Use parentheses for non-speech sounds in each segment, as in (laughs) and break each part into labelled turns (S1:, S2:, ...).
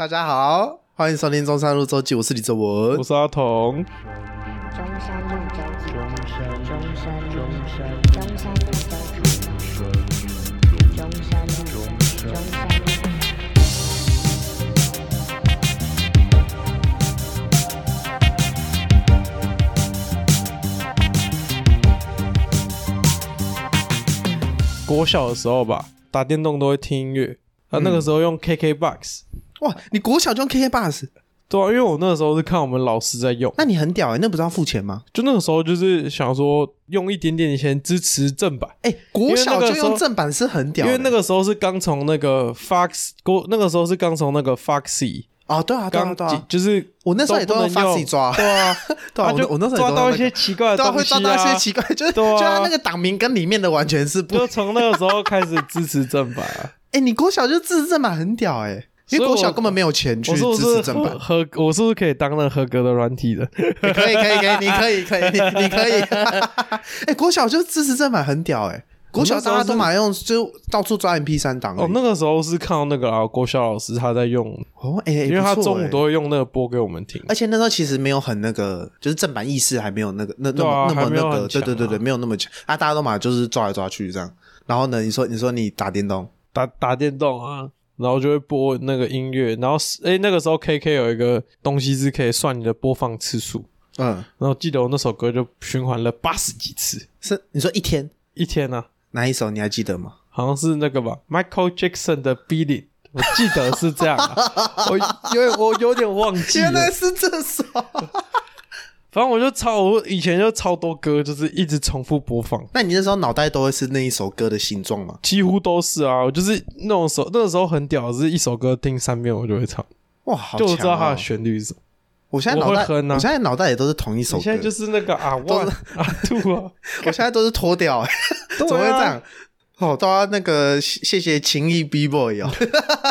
S1: 大家好，欢迎收听中山路周记，我是李哲文
S2: (laughs) 我。是阿童。
S3: 中山路周记，中山路，
S4: 中
S3: 中山路周记，中山路，中山路。
S2: 国小的时候吧，打电动都会听音乐，啊，那个时
S1: 嗯
S2: 候用 KK Box，、
S1: 哇，你国小就用 KK Bus，
S2: 对啊，因为我那个时候是看我们老师在用，
S1: 那你很屌哎、那不是要付钱吗？
S2: 就那个时候就是想说用一点点钱支持正版，
S1: 哎、国小
S2: 因为
S1: 就
S2: 那个时候
S1: 用正版是很屌
S2: 因
S1: 的、
S2: 为那个时候是刚从那个 Fox 国，那个时候是刚从那个 Foxy
S1: 哦，对啊，对啊，
S2: 刚
S1: 对
S2: 进
S1: 啊，
S2: 就是
S1: 我那时候也
S2: 都
S1: 都
S2: 不
S1: 用
S2: 能
S1: Foxy 抓，
S2: 对啊，
S1: (laughs) 对啊，我
S2: 他就
S1: 那我那时候也
S2: 抓
S1: 都
S2: 到
S1: 用那
S2: 一
S1: 个
S2: 些奇怪的
S1: 对啊，
S2: 东
S1: 会
S2: 西
S1: 抓到一些奇怪，就是、
S2: 对啊啊
S1: 就他那个党名跟里面的完全是不。
S2: 就
S1: 哎、
S2: 从那个时候开始支持正版啊。
S1: 你国小就支持正版很屌哎、因为
S2: 所以
S1: 国
S2: 我
S1: 小根本没有钱 (laughs) 去
S2: 我
S1: 支
S2: 是不
S1: 持
S2: 是
S1: 正版
S2: 合，合？我是不是可以当那个合格的软体的？
S1: 你 (laughs) 可以可以可以，你可以可以你你可以， (laughs) 哎、国小就支持正版很屌哎、国小大家都买用，就到处抓 MP 三档而已
S2: 哦，那个时候是看到那个啊，国小老师他在用，
S1: 哦，哎、
S2: 因为他
S1: 不错
S2: 中午
S1: 哎
S2: 都会用那个播给我们听。
S1: 而且那时候其实没有很那个，就是正版意识还没有那个那那
S2: 对
S1: 么、
S2: 啊
S1: 那么
S2: 还没有
S1: 那个，对
S2: 很强啊
S1: 对对对，没有那么强啊！大家都嘛就是抓来抓去这样。然后呢，你说你说你打电动，
S2: 打打电动啊，然后就会播那个音乐，然后是诶、那个时候 KK 有一个东西是可以算你的播放次数，
S1: 嗯，
S2: 然后记得我那首歌就循环了八十几次，
S1: 是你说一天
S2: 一天啊，
S1: 哪一首你还记得吗？
S2: 好像是那个吧，Michael Jackson 的 Beating，我记得是这样、啊，我有点我有点忘记
S1: 原
S2: 了
S1: 来，是这首，
S2: 反正我就超我以前就超多歌，就是一直重复播放。
S1: 那你那时候脑袋都会是那一首歌的形状吗？
S2: 几乎都是啊，我就是那种时候，那个时候很屌，是一首歌听三遍我就会唱，
S1: 哇，好
S2: 就
S1: 强、
S2: 我
S1: 哦！
S2: 知道它的旋律是什么。
S1: 我现在脑
S2: 我
S1: 袋，
S2: 会哼啊
S1: 我现在脑袋也都是同一首
S2: 你
S1: 歌，
S2: 现在就是那个啊 one 啊 two 啊，
S1: 我现在都是脱掉、欸， (laughs) 怎么会这样？哦，都要那个谢谢谢情谊 B boy 哦， (laughs)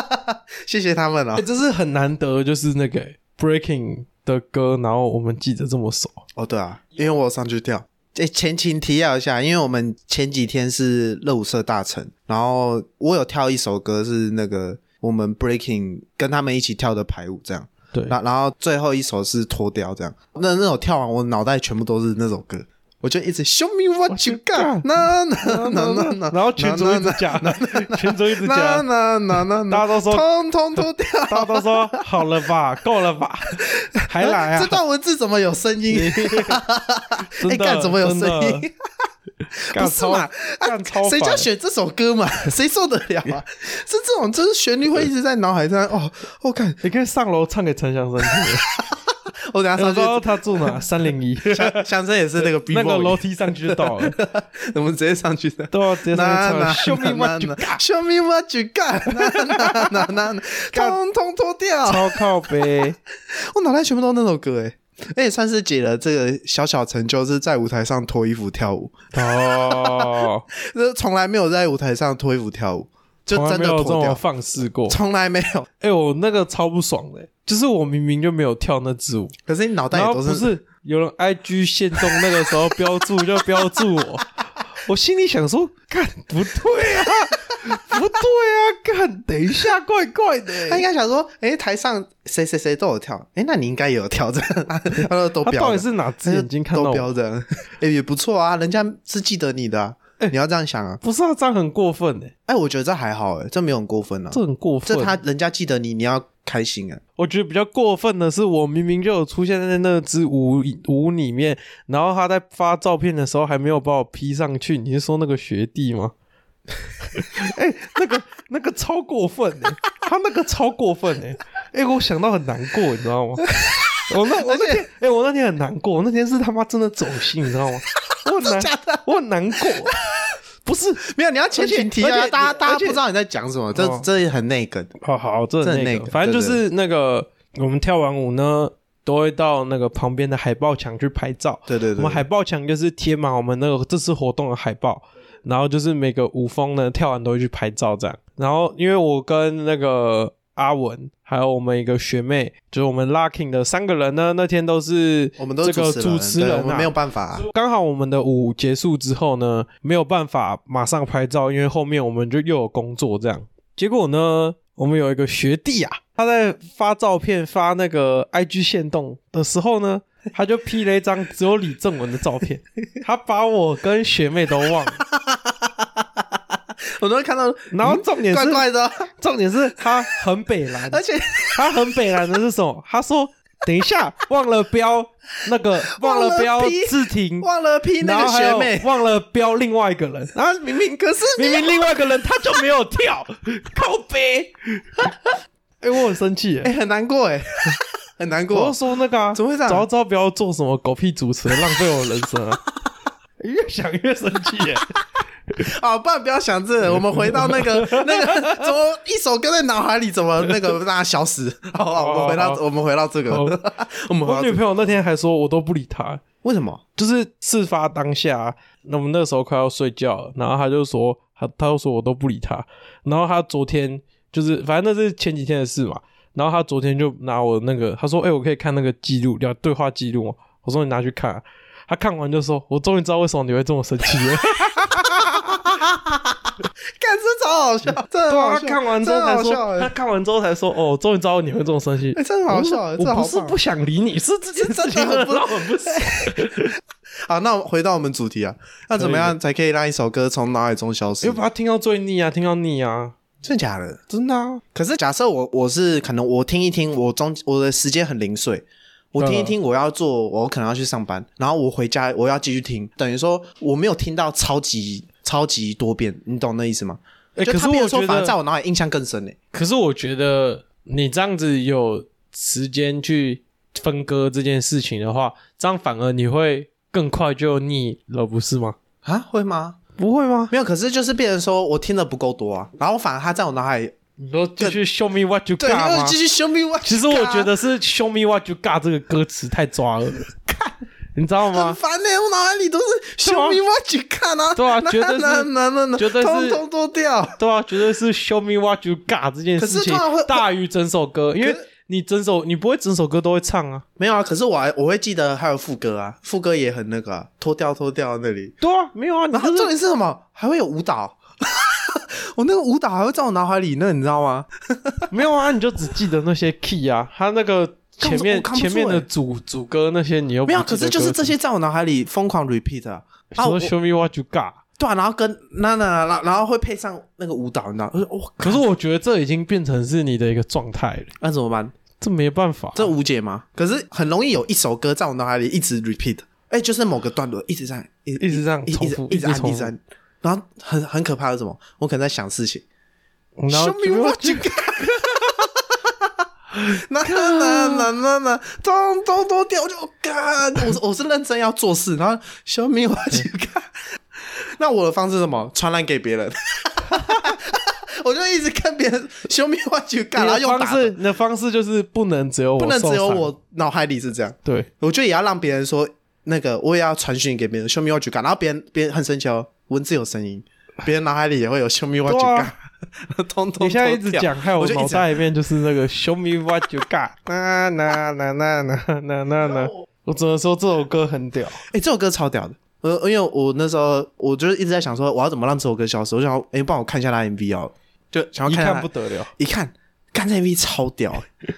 S1: 谢谢他们哦
S2: 哎、。这是很难得，就是那个欸 breaking 的歌，然后我们记得这么熟。
S1: 哦，对啊，因为我有上去跳。诶，前情提要一下，因为我们前几天是热舞社大成，然后我有跳一首歌是那个我们 breaking 跟他们一起跳的排舞这样，
S2: 对，
S1: 然然后最后一首是脱掉这样。那那首跳完，我脑袋全部都是那首歌，我就一直 show me what you got，那那那那那，
S2: 然后群主一直讲，群主一直
S1: 那
S2: 讲，
S1: 那那那，
S2: 大家都说
S1: 通通脱掉，
S2: 大家都说好了吧，够了吧，还来啊
S1: 这？段文字怎么有声音？
S2: (laughs) 真
S1: 哎，
S2: 的、
S1: 干怎么有声
S2: 真的
S1: 音？？
S2: 干
S1: 不是嘛啊
S2: 超
S1: (laughs)
S2: 干超
S1: 谁
S2: 烦啊
S1: 叫选这首歌嘛？ (laughs) 谁受得了
S2: (laughs)
S1: 啊？是这种，就是旋律会一直在脑海上。哦，我看
S2: 你可以上楼唱给陈翔生听。
S1: 我等下
S2: 我
S1: 上
S2: 知道
S1: 去，
S2: 他住哪，三零一，
S1: 香香生也是那个 B
S2: (laughs) 那个
S1: boy，
S2: 楼梯上去就到了。
S1: 我们直接上去的。
S2: 对啊，直接上 (laughs)
S1: 那
S2: 去
S1: 那
S2: 唱。Show me what you got，
S1: show me what you got，那 (laughs) 那那那，通通脱掉。
S2: 超靠背。
S1: 我脑袋全部都是那首歌哎，哎，也算是解了这个小小成就，是在舞台上脱衣服跳舞，
S2: 哦，
S1: 这从来没有在舞台上脱衣服跳舞，就
S2: 从来
S1: 真
S2: 没
S1: 的
S2: 有这
S1: 脱
S2: 种
S1: 掉，
S2: 放肆过。
S1: 从来没有。
S2: 哎、我那个超不爽的、就是我明明就没有跳那支舞，
S1: 可是你脑袋
S2: 然
S1: 也
S2: 后
S1: 都
S2: 不是有人 IG 限动那个时候标注就标注我，我心里想说，干不对啊，不对啊，干等一下怪怪的欸、
S1: 他应该想说，哎、台上谁谁谁都有跳，哎、那你应该也有跳这样， (laughs) 他说都
S2: 他
S1: 标的，
S2: 到底是哪只眼睛看到
S1: 都
S2: 我？
S1: 标着，哎、也不错啊，人家是记得你的、啊，你要这样想啊，
S2: 不是啊，这样很过分哎、
S1: 哎、我觉得这还好、哎，这没有很过分啊，
S2: 这很过分。
S1: 这他人家记得你，你要开心啊，
S2: (laughs) 我觉得比较过分的是，我明明就有出现在那支舞舞里面，然后他在发照片的时候还没有把我 P 上去。你是说那个学弟吗？ (laughs) 哎、那个那个超过分哎、他那个超过分哎、哎、我想到很难过，你知道吗？我那 (laughs) 我那天哎、我那天很难过，我那天是他妈真的走心，你知道吗？我很难，我很难过，不是
S1: 没有，你要前情提
S2: 而
S1: 要，
S2: 且
S1: 大家大
S2: 而
S1: 家不
S2: 且
S1: 知道你在讲什么，这
S2: 哦
S1: 这也很内梗，
S2: 好哦好，这
S1: 这很
S2: 很那
S1: 那
S2: 个，
S1: 个
S2: 反正就
S1: 对
S2: 是那个我们跳完舞呢，都会到那个旁边的海报墙去拍照。
S1: 对对
S2: 我
S1: 对
S2: 们，海报墙就是贴满我们那个这次活动的海报，然后就是每个舞风呢跳完都会去拍照这样。然后因为我跟那个阿文还有我们一个学妹，就是我们 Lucky 的三个人呢，那天都是
S1: 我们都是
S2: 这个
S1: 主
S2: 主
S1: 持
S2: 持
S1: 人，
S2: 人、
S1: 对
S2: 啊，
S1: 我们没有办法啊、
S2: 刚好我们的舞结束之后呢，没有办法马上拍照，因为后面我们就又有工作这样。结果呢，我们有一个学弟啊，他在发照片、发那个 IG 限动的时候呢，他就 P 了一张只有李正文的照片， (laughs) 他把我跟学妹都忘了。
S1: 我都会看到，
S2: 然后重
S1: (laughs)
S2: 点
S1: 怪
S2: 是， (laughs)
S1: 怪的，
S2: 重点是他很北
S1: (laughs)
S2: 蓝，
S1: 而且
S2: 他很北蓝的是什么？他说等一下忘了标那个，忘
S1: (laughs) 忘了
S2: 了标
S1: P
S2: 志婷，
S1: 忘了 P
S2: 然
S1: 那
S2: 后
S1: 个
S2: 还
S1: 学
S2: 有
S1: 妹，
S2: 忘了标另外一个人，
S1: 然后明明可是
S2: 明明另外一个人他就没有跳， (laughs) 靠背。 (laughs) 哎、我很生气耶、
S1: 哎、很难过哎，很难
S2: 我
S1: 过
S2: 就。说那个、啊，
S1: 怎么会这样
S2: 早知道不要做什么狗屁主持人，浪费我人生啊！ (laughs) 越想越生气耶、
S1: 好，哦不然不要想这个，我们回到那个那个，怎么一首歌在脑海里怎么那个让它消失？好好，我们回到
S2: 好好
S1: 我们回到这个
S2: 好，
S1: 我们回
S2: (laughs) 我
S1: 到
S2: 女
S1: 这个
S2: 朋友那天还说我都不理她，
S1: 为什么？
S2: 就是事发当下，那我们那时候快要睡觉了，然后她就说她她就说我都不理她，然后她昨天就是反正那是前几天的事嘛，然后她昨天就拿我那个她说哎、我可以看那个记录聊对话记录吗？我说你拿去看啊、她看完就说：“我终于知道为什么你会这么生气
S1: (laughs)
S2: 了。
S1: 干这超好笑， (laughs) 真”的
S2: 对
S1: 很
S2: 啊，
S1: 好
S2: 她
S1: 笑，
S2: 看完之后
S1: 真的
S2: 才
S1: 好
S2: 说
S1: 笑，哎
S2: 她看完之后才说：“哦，终于知道你会这么生气。
S1: 哎真的好笑哎
S2: 我
S1: 真的好
S2: 不是
S1: 棒
S2: 不想
S1: (laughs)
S2: 理你，是这件
S1: 是真
S2: 事
S1: 的
S2: 情
S1: 很不
S2: 让我不爽。
S1: (laughs) 好，那我回到我们主题啊，那怎么样才可以让一首歌从脑海中消失
S2: 因为？把它听到最腻啊，听到腻啊，
S1: 真的假的？
S2: 真的啊。
S1: 可是假设我我是可能我听一听，我中我的时间很零碎，我听一听，我要做，我可能要去上班，然后我回家我要继续听，等于说我没有听到超级超级多遍，你懂那意思吗？
S2: 哎、
S1: 就
S2: 可
S1: 他
S2: 是
S1: 没有
S2: 我
S1: 说
S2: 觉
S1: 反而在
S2: 得，
S1: 我脑海印象更深欸呢、
S2: 可是我觉得你这样子有时间去分割这件事情的话，这样反而你会更快就腻了，不是吗？
S1: 啊，会吗？
S2: 不会吗？
S1: 没有，可是就是变成说我听的不够多啊，然后反而他在我脑海
S2: 你说继续 show me what you
S1: 对，
S2: got
S1: 又
S2: 吗
S1: 继？续 show me what。
S2: 啊其实我觉。得是 show me what you got 这个歌词太抓了，你知道
S1: 很
S2: 吗？
S1: 烦呢、欸我脑海里都是
S2: 是吗
S1: show me what you 看啊，
S2: 对啊绝对是
S1: 那那那那，
S2: 绝对是
S1: 通通都掉。
S2: 对啊，绝对是 show me what you got 这件
S1: 可
S2: 事
S1: 是
S2: 情
S1: 通常会
S2: 大于整首歌，因为你整首你不会整首歌都会唱啊。
S1: 没有啊，可是我还我会记得还有副歌啊，副歌也很那个、啊，脱掉脱掉那里。
S2: 对啊，没有啊，你
S1: 然后
S2: 就是
S1: 重点是什么？还会有舞蹈， (laughs) 我那个舞蹈还会在我脑海里呢，你知道吗？
S2: 没有啊，你就只记得那些 key 啊，他那个前面
S1: 我看不出
S2: 前面的
S1: 欸
S2: 主主歌那些你又不
S1: 没有，啊
S2: 记得
S1: 可是就是这
S2: 歌词
S1: 些在我脑海里疯狂 repeat 啊。啊，我
S2: 说 Show me what you got。
S1: 对啊，然后跟那那那，然后会配上那个舞蹈，你知道？我说哇，
S2: 可是我觉得这已经变成是你的一个状态了，
S1: 那怎么办？
S2: 这没办法。
S1: 这无解吗？可是很容易有一首歌在我脑海里一直 repeat，哎、就是某个段落一直在一
S2: 一直这样
S1: 一
S2: 重
S1: 一直
S2: 复
S1: 一直
S2: 一直
S1: 按
S2: 重复
S1: 一直按，然后很很可怕的是什么？我可能在想事情。
S2: 然后
S1: Show me what you got。那那那那那，通通都掉，我就干！我是我是认真要做事，然后 show me what you
S2: 嗯
S1: got。那我的方式是什么？传染给别人。 (laughs) 我就一直看别人 show me what you got，
S2: 你
S1: 然后
S2: 的
S1: 用
S2: 方
S1: 打的，
S2: 式，你的方式就是不能只有我
S1: 不能只有
S2: 受伤
S1: 我脑海里是这样。
S2: 对。
S1: 我觉得也要让别人说那个，我也要传讯给别人 show me what you got，然后别人别人很生气哦，文字有声音，别人脑海里也会有 show me what you
S2: 对
S1: got
S2: 啊。
S1: (laughs) 通通
S2: 你现在一
S1: 都
S2: 直
S1: 掉
S2: 讲，害
S1: 我
S2: 我
S1: 就一直
S2: 脑袋里面就是那个 Show me what you
S1: (laughs)
S2: got，那那那那那那那那，我只能说这首歌很屌。
S1: 哎、这首歌超屌的。我因为我那时候我就是一直在想说，我要怎么让这首歌消失。我想要，哎、帮我看一下他 MV 哦，就想要
S2: 一
S1: 看一下
S2: 看
S1: 他
S2: 不得了，
S1: 一看，干这 MV 超屌、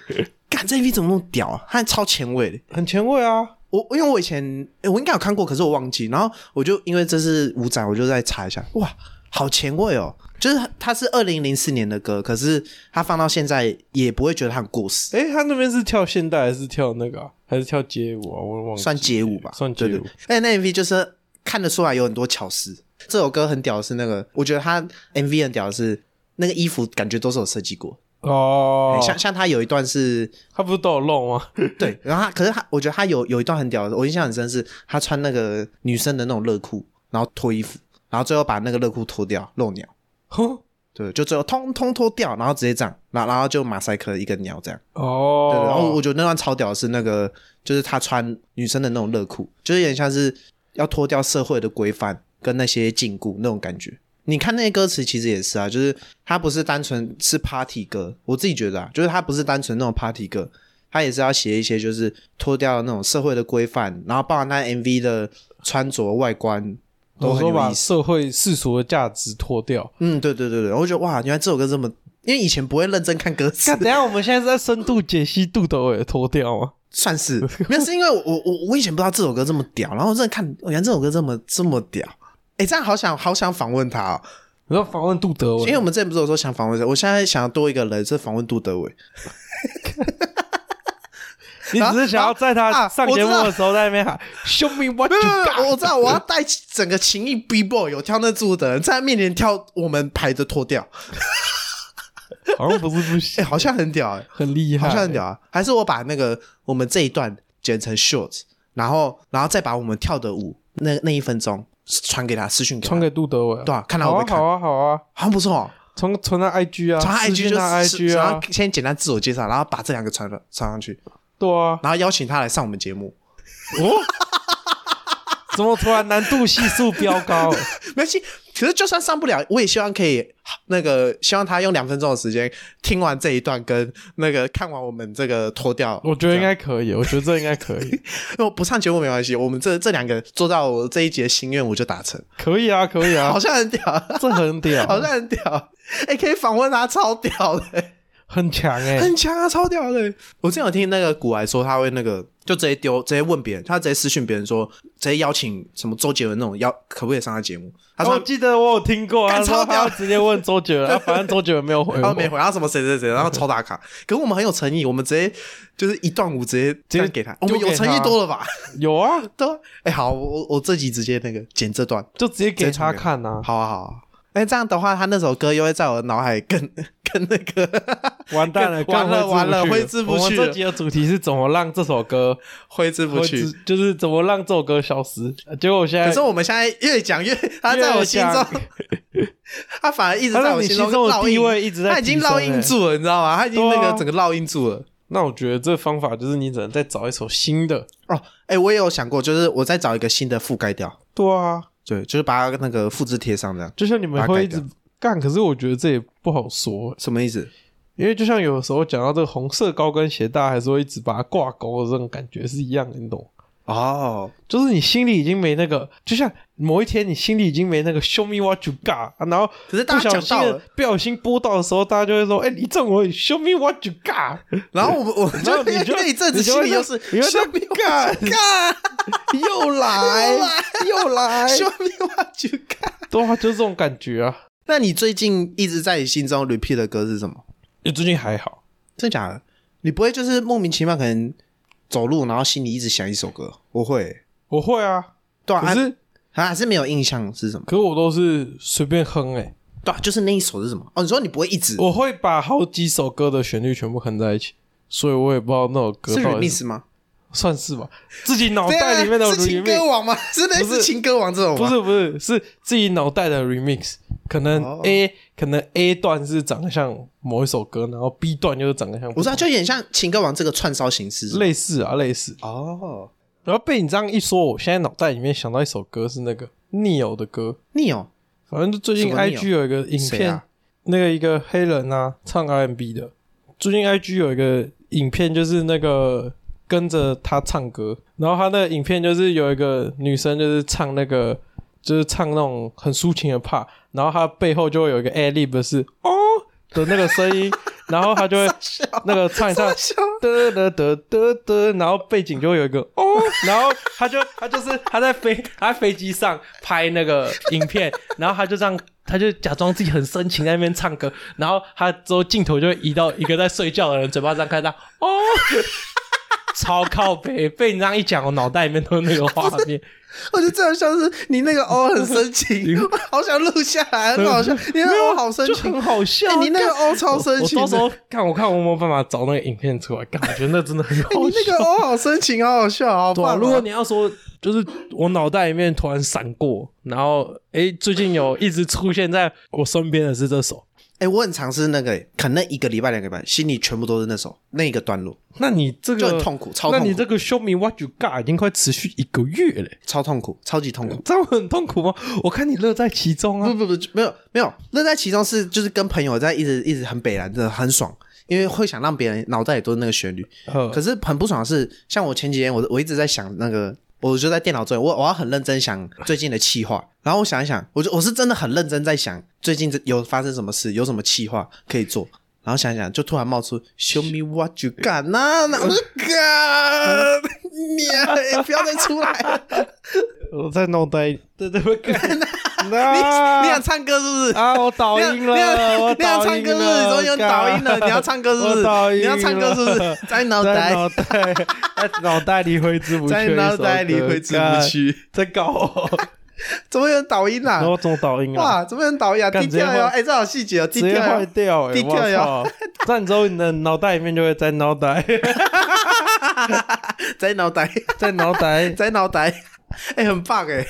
S1: 欸，干这 MV 怎么那么屌啊？他超前卫的。
S2: 很前卫啊！
S1: 我因为我以前、诶我应该有看过，可是我忘记。然后我就因为这是舞展，我就再查一下，哇，好前卫哦！就是它是二零零四年的歌，可是它放到现在也不会觉得它很过时，
S2: 诶，他那边是跳现代还是跳那个啊、还是跳街舞啊？我忘了。
S1: 算街舞吧？
S2: 算街
S1: 对
S2: 舞
S1: 对。而且那 MV 就是看得出来有很多巧思。这首歌很屌的是那个，我觉得它 MV 很屌的是那个衣服感觉都是有设计过，
S2: 哦
S1: 诶，像像它有一段是
S2: 他不是都有露吗？ (laughs)
S1: 对，然后他可是他，我觉得他有有一段很屌的，我印象很深是，他穿那个女生的那种热裤，然后脱衣服，然后最后把那个热裤脱掉，露鸟，
S2: 哼
S1: 对，就最后通通脱掉，然后直接这样，然后然后就马赛克一个鸟这样，
S2: 哦，
S1: 对，然后我觉得那段超屌的是那个，就是他穿女生的那种热裤，就是有点像是要脱掉社会的规范跟那些禁锢那种感觉。你看那些歌词其实也是啊，就是它不是单纯是 party 歌，我自己觉得啊，就是它不是单纯那种 party 歌，它也是要写一些就是脱掉那种社会的规范，然后包含那 MV 的穿着外观都
S2: 我
S1: 很有
S2: 说把
S1: 意思。
S2: 社会世俗的价值脱掉，
S1: 嗯，对对对对，我觉得哇，原来这首歌这么因为以前不会认真看歌词
S2: 看，，等一下我们现在是在深度解析杜德伟的脱掉吗？
S1: 算
S2: (laughs)
S1: 是没有，是因为我我我我以前不知道这首歌这么屌，然后我真的看，原来这首歌这么这么屌，哎，这样好想好想访问他哦，
S2: 你要访问杜德
S1: 因为
S2: 伟，
S1: 我们之前不是有说想访问谁，我现在想要多一个人是访问杜德
S2: (laughs)
S1: 伟，
S2: 你只是想要在他
S1: 啊
S2: 上
S1: 我知
S2: 节
S1: 道
S2: 目的时候在那边喊 “Show me what
S1: 没
S2: you
S1: 有没有没有，我
S2: got”。
S1: 知道我要带整个情谊 B boy 有跳那柱的人在他面前跳我们排的脱掉，
S2: (laughs) 好像不是不
S1: 哎、
S2: 行，
S1: 好像很屌哎、
S2: 很厉害，
S1: 好像很屌啊！还是我把那个我们这一段剪成 short，然后然后再把我们跳的舞那那一分钟传给他，私讯给他，
S2: 传给杜德伟啊。
S1: 对啊看他
S2: 好
S1: 会不
S2: 啊
S1: 会看
S2: 好啊好啊，
S1: 好像不错、哦。
S2: 传传到 IG 啊，
S1: 传他
S2: 私
S1: IG
S2: 讯
S1: 就
S2: 他
S1: 是
S2: IG
S1: 然
S2: 啊
S1: 后，先简单自我介绍，然后把这两个传了传上去，
S2: 对啊。
S1: 然后邀请他来上我们节目。
S2: 哦， (laughs) 怎么突然难度系数飙高了？
S1: 没关系，可是就算上不了，我也希望可以那个，希望他用两分钟的时间听完这一段，跟那个看完我们这个脱掉。
S2: (laughs) 我觉得应该可以，我觉得这应该可以，
S1: 我不上节目没关系，我们这这两个做到我这一节心愿，我就达成，
S2: (laughs) 可以啊，可以啊
S1: 好，像很屌，
S2: 这很屌，
S1: 好像很屌。哎、可以访问他，超屌的、
S2: 很强哎、
S1: 很强啊，超屌的、我之前有听那个古来说，他会那个就直接丢，直接问别人，他直接私讯别人说，直接邀请什么周杰伦那种邀，可不可以上他节目？他说
S2: 我哦记得我有听过，
S1: 干
S2: 他说
S1: 超
S2: 他
S1: 屌
S2: 要直接问周 (laughs) 杰伦，啊反正周杰伦哦没有回
S1: 然
S2: 我，
S1: 后没回，然后什么谁谁谁，然后超打 (laughs) 卡。可是我们很有诚意，我们直接就是一段舞直接这样给他，我
S2: 丢
S1: 们有
S2: 给他
S1: 诚意多了吧？ (laughs)
S2: 有啊，
S1: 对啊，哎、好，我我我自己直接那个剪这段，
S2: 就直接给他看啊，
S1: 好啊好啊。哎，这样的话，他那首歌又会在我的脑海 (laughs) 更更那个 (laughs)
S2: 完蛋了，
S1: 完了
S2: 干
S1: 完了
S2: 挥
S1: 挥
S2: 之
S1: 之
S2: 不
S1: 不
S2: 去
S1: 去
S2: 我们这集的主题是怎么让这首歌
S1: 挥之不
S2: 挥
S1: 去
S2: 之。，就是怎么让这首歌消失。结果我现在
S1: 可是我们现在越讲越，他在我心中， (laughs) 他反而一直
S2: 他
S1: 在
S2: 让
S1: 我
S2: 你
S1: 心
S2: 心
S1: 中
S2: 中的
S1: 烙
S2: 地
S1: 印，
S2: 位一直在
S1: 他已经
S2: 提升
S1: 烙
S2: 欸
S1: 印住了，你知道吗？他已经
S2: 对啊
S1: 那个整个烙印住了。
S2: 那我觉得这方法就是你只能再找一首新的。
S1: 哦，哎，我也有想过，就是我再找一个新的覆盖掉，
S2: 对啊，
S1: 对，就是把它那个复制贴上这样。
S2: 就像你们
S1: 把它
S2: 会
S1: 改
S2: 一直
S1: 掉
S2: 干，可是我觉得这也不好说，
S1: 什么意思？
S2: 因为就像有的时候讲到这个红色高跟鞋，大家还是会一直把它挂钩的这种感觉是一样的，你懂吗？
S1: 哦，
S2: 就是你心里已经没那个，就像某一天你心里已经没那个 show me what you got，、啊、然后
S1: 可是
S2: 不
S1: 大家
S2: 小
S1: 讲
S2: 心
S1: 到
S2: 的
S1: 了，
S2: 不小心播到的时候，大家就会说：“哎、李正文 show me what you got。
S1: 然后我们我们
S2: 然
S1: (laughs)
S2: 后
S1: 就 (laughs)
S2: 你就
S1: 那一阵子
S2: 你就会
S1: 心里又是
S2: 你就会
S1: 修米
S2: 干
S1: 干干， (laughs) 又来哎又 (laughs) 来修米瓦去干。”
S2: 对啊，就是这种感觉啊。
S1: 那你最近一直在你心中 repeat 的歌是什么？
S2: 你最近还好？
S1: 真假的？你不会就是莫名其妙可能走路，然后心里一直想一首歌？我会，
S2: 我会啊，
S1: 对啊，
S2: 可是
S1: 啊还是没有印象是什么？
S2: 可我都是随便哼哎、
S1: 对啊，就是那一首是什么？哦，你说你不会一直
S2: 我会把好几首歌的旋律全部哼在一起，所以我也不知道那首歌
S1: 是
S2: 到底
S1: remix 吗？
S2: 算是吧，自己脑袋里面的
S1: 对啊是情
S2: remix
S1: 歌王吗？ (laughs) 真的
S2: 不是
S1: 是情歌王这种吗？
S2: 不是不是，是自己脑袋的 remix。可能
S1: 哦
S2: A、可能 A 段是长得像某一首歌，然后 B 段又是长得像，
S1: 我知道，就有点像情歌王这个串烧形式是吗。
S2: 类似啊类似。
S1: 哦，
S2: 然后被你这样一说，我现在脑袋里面想到一首歌是那个 Neo 的歌，
S1: 你哦有
S2: 反正就最近
S1: 什么 Neo？
S2: IG 有一个影
S1: 谁
S2: 片，
S1: 啊
S2: 那个一个黑人啊唱 R&B 的，最近 IG 有一个影片，就是那个跟着他唱歌，然后他那个影片就是有一个女生就是唱那个就是唱那种很抒情的 part，然后她背后就会有一个 a lib 是哦的那个声
S1: (laughs)
S2: 音，然后她就会那个唱一唱。得得得得得，然后背景就会有一个哦，
S1: (laughs)
S2: 然后他就他就是他在飞他在飞机上拍那个影片， (laughs) 然后他就这样，他就假装自己很深情在那边唱歌，然后他之后镜头就会移到一个在睡觉的人嘴巴张开，他哦， (laughs) 超靠北，被你这样一讲，我脑袋里面都是那个画
S1: (laughs)
S2: 面，
S1: 我觉得这好像是你那个哦很深
S2: (laughs)
S1: 情，我 (laughs) 好想录下来，很好笑。你那个哦好深
S2: 啊就
S1: 情
S2: 很，好笑，啊
S1: 哎，你那个哦超
S2: 我
S1: 深情
S2: 我
S1: 的，
S2: 到时候看我看我有没有办法找那个影片出来，干，我觉得那真的很好
S1: 哎
S2: 笑。
S1: 你那个哦好深情，好好笑，好
S2: 对啊、
S1: 棒哦。
S2: 如果你要说，就是我脑袋里面突然闪过，然后诶，最近有一直出现在我身边的是这首，
S1: 哎，我很尝试那个，可能一个礼拜两个礼拜，心里全部都是那首那一个段落，
S2: 那你这个
S1: 就很痛苦超痛苦
S2: 那你这个 Show Me What You Got 已经快持续一个月嘞，
S1: 超痛苦，超级痛苦。
S2: 这样很痛苦吗？我看你乐在其中
S1: 不
S2: 啊，
S1: 不不，没有没有，乐在其中是就是跟朋友在一直一直很北蓝，真的很爽，因为会想让别人脑袋里都是那个旋律。
S2: 呃
S1: 可是很不爽的是，像我前几天我我一直在想那个我就在电脑桌前，我我要很认真想最近的气话，然后我想一想，我就我是真的很认真在想最近这有发生什么事，有什么气话可以做，然后想一想就突然冒出 “Show me what you got”，那那我就 God，你啊、哎不要再出来 (laughs) 了，
S2: 我在脑袋，对对
S1: (laughs)
S2: 对，干
S1: 你
S2: 那
S1: 你想唱歌是不是？
S2: 啊，我倒
S1: 你想
S2: 音了，
S1: 你想
S2: 我
S1: 你想
S2: 倒
S1: 唱
S2: 音
S1: 歌是不是？
S2: 了，
S1: 你说你倒音了，
S2: 干
S1: 你要唱歌是不
S2: 我
S1: 是
S2: 倒？
S1: 你要
S2: 音
S1: 唱歌是不
S2: 了
S1: 是？在脑
S2: 在
S1: 袋，
S2: 脑袋，在脑袋里挥之不
S1: (laughs)
S2: 去，
S1: 在脑袋里挥之不，去，
S2: 在搞我，
S1: 怎么有人倒音
S2: 然
S1: 啊
S2: (laughs) 后？总倒音啊，
S1: 哇，怎么有人倒音啊？
S2: 干
S1: 低调
S2: 直接
S1: 哟，
S2: 换
S1: 哎，这好细节哦，低
S2: 直接
S1: 调
S2: 坏
S1: 哟。
S2: 掉哎，
S1: 低调呀
S2: (laughs) 我操！那你之后你的脑袋里面就会在脑袋，
S1: 在脑袋，
S2: (laughs) 在脑袋，
S1: 在脑袋， (laughs) 哎、很棒哎、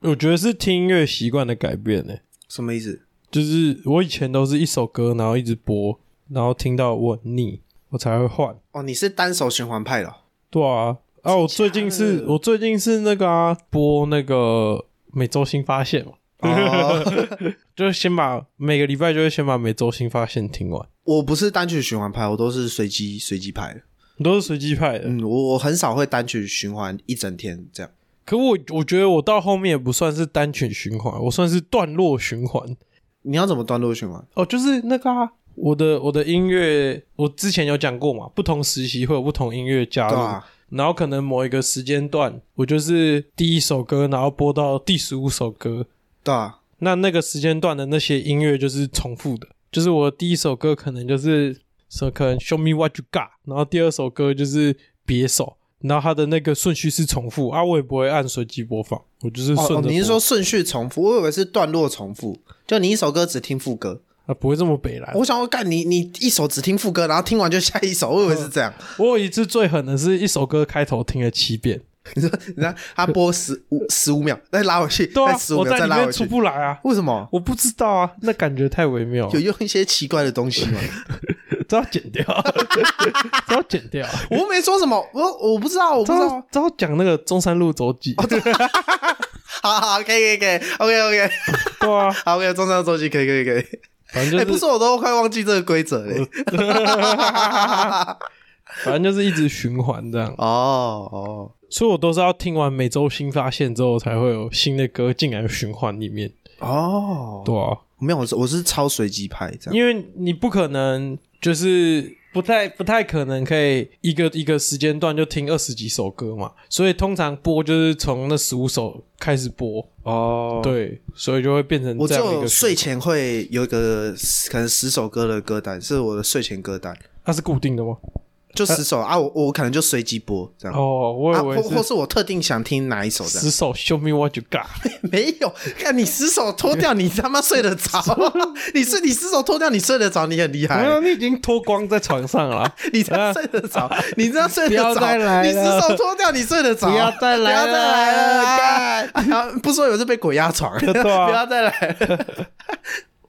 S2: 我觉得是听音乐习惯的改变呢。
S1: 什么意思？
S2: 就是我以前都是一首歌，然后一直播，然后听到我很腻，我才会换。
S1: 哦，你是单手循环派的哦、
S2: (laughs) 对啊，啊，我最近
S1: 假
S2: 是
S1: 的
S2: 我最近是那个啊，播那个每周新发现嘛，
S1: 哦，
S2: 就是先把每个礼拜就会先把每周新发现听完，
S1: 我不是单曲循环派，我都是随机随机派的。
S2: 你都是随机派的。
S1: 嗯，我我很少会单曲循环一整天这样。
S2: 可我我觉得我到后面也不算是单曲循环，我算是段落循环。
S1: 你要怎么段落循环？
S2: 哦，就是那个啊，我的我的音乐，我之前有讲过嘛，不同时期会有不同音乐加
S1: 对啊
S2: 入。
S1: 吧、
S2: 然后可能某一个时间段，我就是第一首歌，然后播到第十五首歌，
S1: 对啊，
S2: 那那个时间段的那些音乐就是重复的，就是我第一首歌可能就是说可能 Show Me What You Got，然后第二首歌就是别手，然后它的那个顺序是重复啊，我也不会按随机播放，我就是顺着
S1: 哦
S2: 播、
S1: 哦，你是说顺序重复？我以为是段落重复，就你一首歌只听副歌。
S2: 啊不会这么北来？
S1: 我想我干你，你一首只听副歌，然后听完就下一首，我以为是这样。
S2: 我有一次最狠的是一首歌开头听了七遍，
S1: 你说，你知道他播十 (laughs) 五十五秒，再拉回去，
S2: 对啊
S1: 再，十五
S2: 我
S1: 秒，
S2: 在
S1: 再
S2: 里
S1: 拉
S2: 面
S1: 回
S2: 出
S1: 去。
S2: 不来啊。
S1: 为什么？
S2: 我不知道啊，那感觉太微妙了
S1: 有，用一些奇怪的东西吗？
S2: (laughs) 这要剪掉，啊这要剪
S1: (laughs)
S2: 掉。啊
S1: 我没说什么，我我不知道，我不知道啊哦
S2: 照。照讲那个中山路走几？
S1: (laughs) 好好，可以可以可以，OK OK，
S2: 对啊，
S1: 好，OK，中山周期可以可以可以。
S2: 反
S1: 哎、
S2: 正就
S1: 不
S2: 是，
S1: 说我都快忘记这个规则 (laughs) 嘞。
S2: 反正就是一直循环这样。
S1: 哦哦
S2: 所以我都是要听完每周新发现之后，才会有新的歌进来循环里面。
S1: 哦，
S2: 对啊，
S1: 没有，我是我是超随机派这样。
S2: 因为你不可能就是。不太不太可能可以一个一个时间段就听二十几首歌嘛，所以通常播就是从那十五首开始播，
S1: 哦，
S2: 对，所以就会变成
S1: 我
S2: 这样一
S1: 就
S2: 个
S1: 睡
S2: 循
S1: 前会有一个可能十首歌的歌单，是我的睡前歌单，
S2: 环，它是固定的吗？
S1: 就
S2: 呃
S1: 十首啊，我我可能就随机播这样。
S2: 哦，我以
S1: 啊，
S2: 为
S1: 或
S2: 是
S1: 或是我特定想听哪一首这样，
S2: 十首 Show Me What You Got，
S1: (laughs) 没有，看你十手脱掉，你他妈睡得着？你睡你十手脱掉，你睡得着？你很厉害
S2: 没。有，你已经脱光在床上了啊。
S1: 你这样睡得着，你这样睡得
S2: 不
S1: 着，
S2: 要再来了
S1: 你死手脱掉，你睡得着，
S2: 不要再来了
S1: 不要再来了，干！然后不说有是被鬼压床，不
S2: 对啊
S1: 要再来了。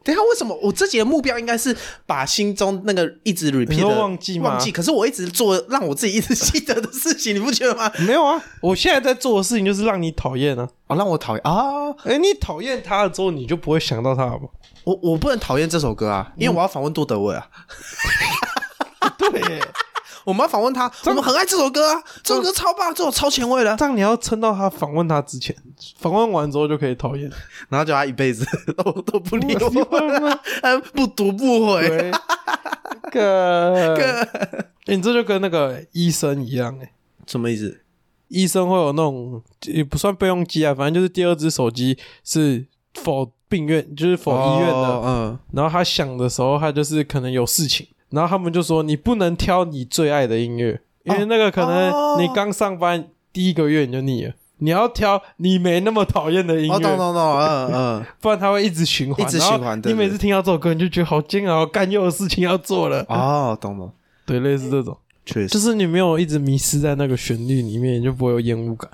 S1: 等一下，为什么我自己的目标应该是把心中那个一直 repeat 的
S2: 说忘记吗
S1: 忘记，可是我一直做让我自己一直记得的事情，你不觉得吗？
S2: (laughs) 没有啊，我现在在做的事情就是让你讨厌啊。
S1: 哦，让我讨厌啊！
S2: 哎、你讨厌他了之后，你就不会想到他了吗？
S1: 我我不能讨厌这首歌啊，因为我要访问杜德伟啊，
S2: 嗯 (laughs) 对耶，
S1: (laughs) 我们要访问他，我们很爱这首歌啊，这首歌超棒，这首超前卫的啊，
S2: 这样你要撑到他访问他之前，访问完之后就可以讨厌。
S1: 然后叫他一辈子 (laughs) 都都不理
S2: 不喜欢
S1: 我
S2: 吗，
S1: 嗯，不读不回。
S2: 对， (laughs) 个欸你这就跟那个医生一样哎、
S1: 什么意思？
S2: 医生会有那种也不算备用机啊，反正就是第二只手机是否病院，就是否医院的。
S1: 哦
S2: 然后他想的时候，他就是可能有事情，然后他们就说你不能挑你最爱的音乐，因为那个可
S1: 哦
S2: 能你刚上班第一个月你就腻了。你要挑你没那么讨厌的音
S1: 嗯，哦，懂
S2: 乐，
S1: 懂懂，嗯嗯，
S2: 不然它会一直循环，
S1: 一直循环
S2: 然后
S1: 对
S2: 你每次听到这首歌，你就觉得好煎熬，干又有事情要做了。
S1: 哦，懂懂，
S2: 对，类似这种，
S1: 确
S2: 就
S1: 实，
S2: 是你没有一直迷失在那个旋律里面，你就不会有厌恶感。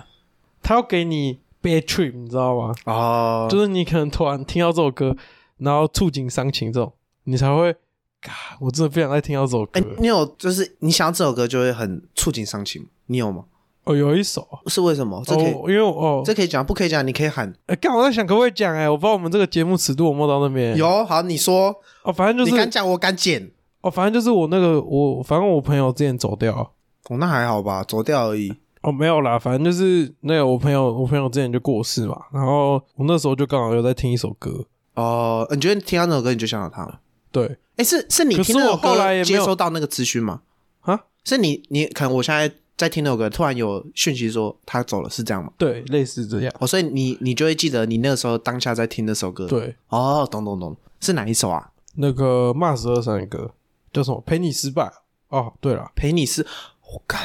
S2: 他要给你 bad trip，你知道吗？
S1: 哦，
S2: 就是你可能突然听到这首歌，然后触景伤情这种，你才会，嘎，我真的不想再听到这首歌
S1: 哎
S2: 了。，
S1: 你有就是你想到这首歌就会很触景伤情，你有吗？
S2: 哦，有一首，哦，
S1: 是为什么？这可以
S2: 因为我哦，
S1: 这可以讲，不可以讲，你可以喊。
S2: 哎，刚我在想可不可以讲哎，我不知道我们这个节目尺度有没有到那边。
S1: 有好，你说，
S2: 哦，反正
S1: 你
S2: 就
S1: 敢
S2: 是
S1: 讲，我敢剪。
S2: 哦，反正就是我那个我，反正我朋友之前走掉了，
S1: 哦，那还好吧，走掉而已。
S2: 哦，没有啦，反正就是那个我朋友，我朋友之前就过世嘛，然后我那时候就刚好有在听一首歌，
S1: 哦、你觉得听到那首歌你就想到他吗？
S2: 对
S1: 哎，是是你
S2: 可是
S1: 听那首
S2: 我后来也
S1: 歌
S2: 没
S1: 接
S2: 有
S1: 收到那个资讯吗？
S2: 啊，
S1: 是你你可能我现在在听那首歌，突然有讯息说他走了，是这样吗？
S2: 对，类似这样，
S1: 哦，所以你你就会记得你那个时候当下在听那首歌。，
S2: 对，
S1: 哦，懂懂懂，是哪一首啊？
S2: 那个骂十二三的歌叫什么？陪你失败。哦，对了，
S1: 陪你是，我干，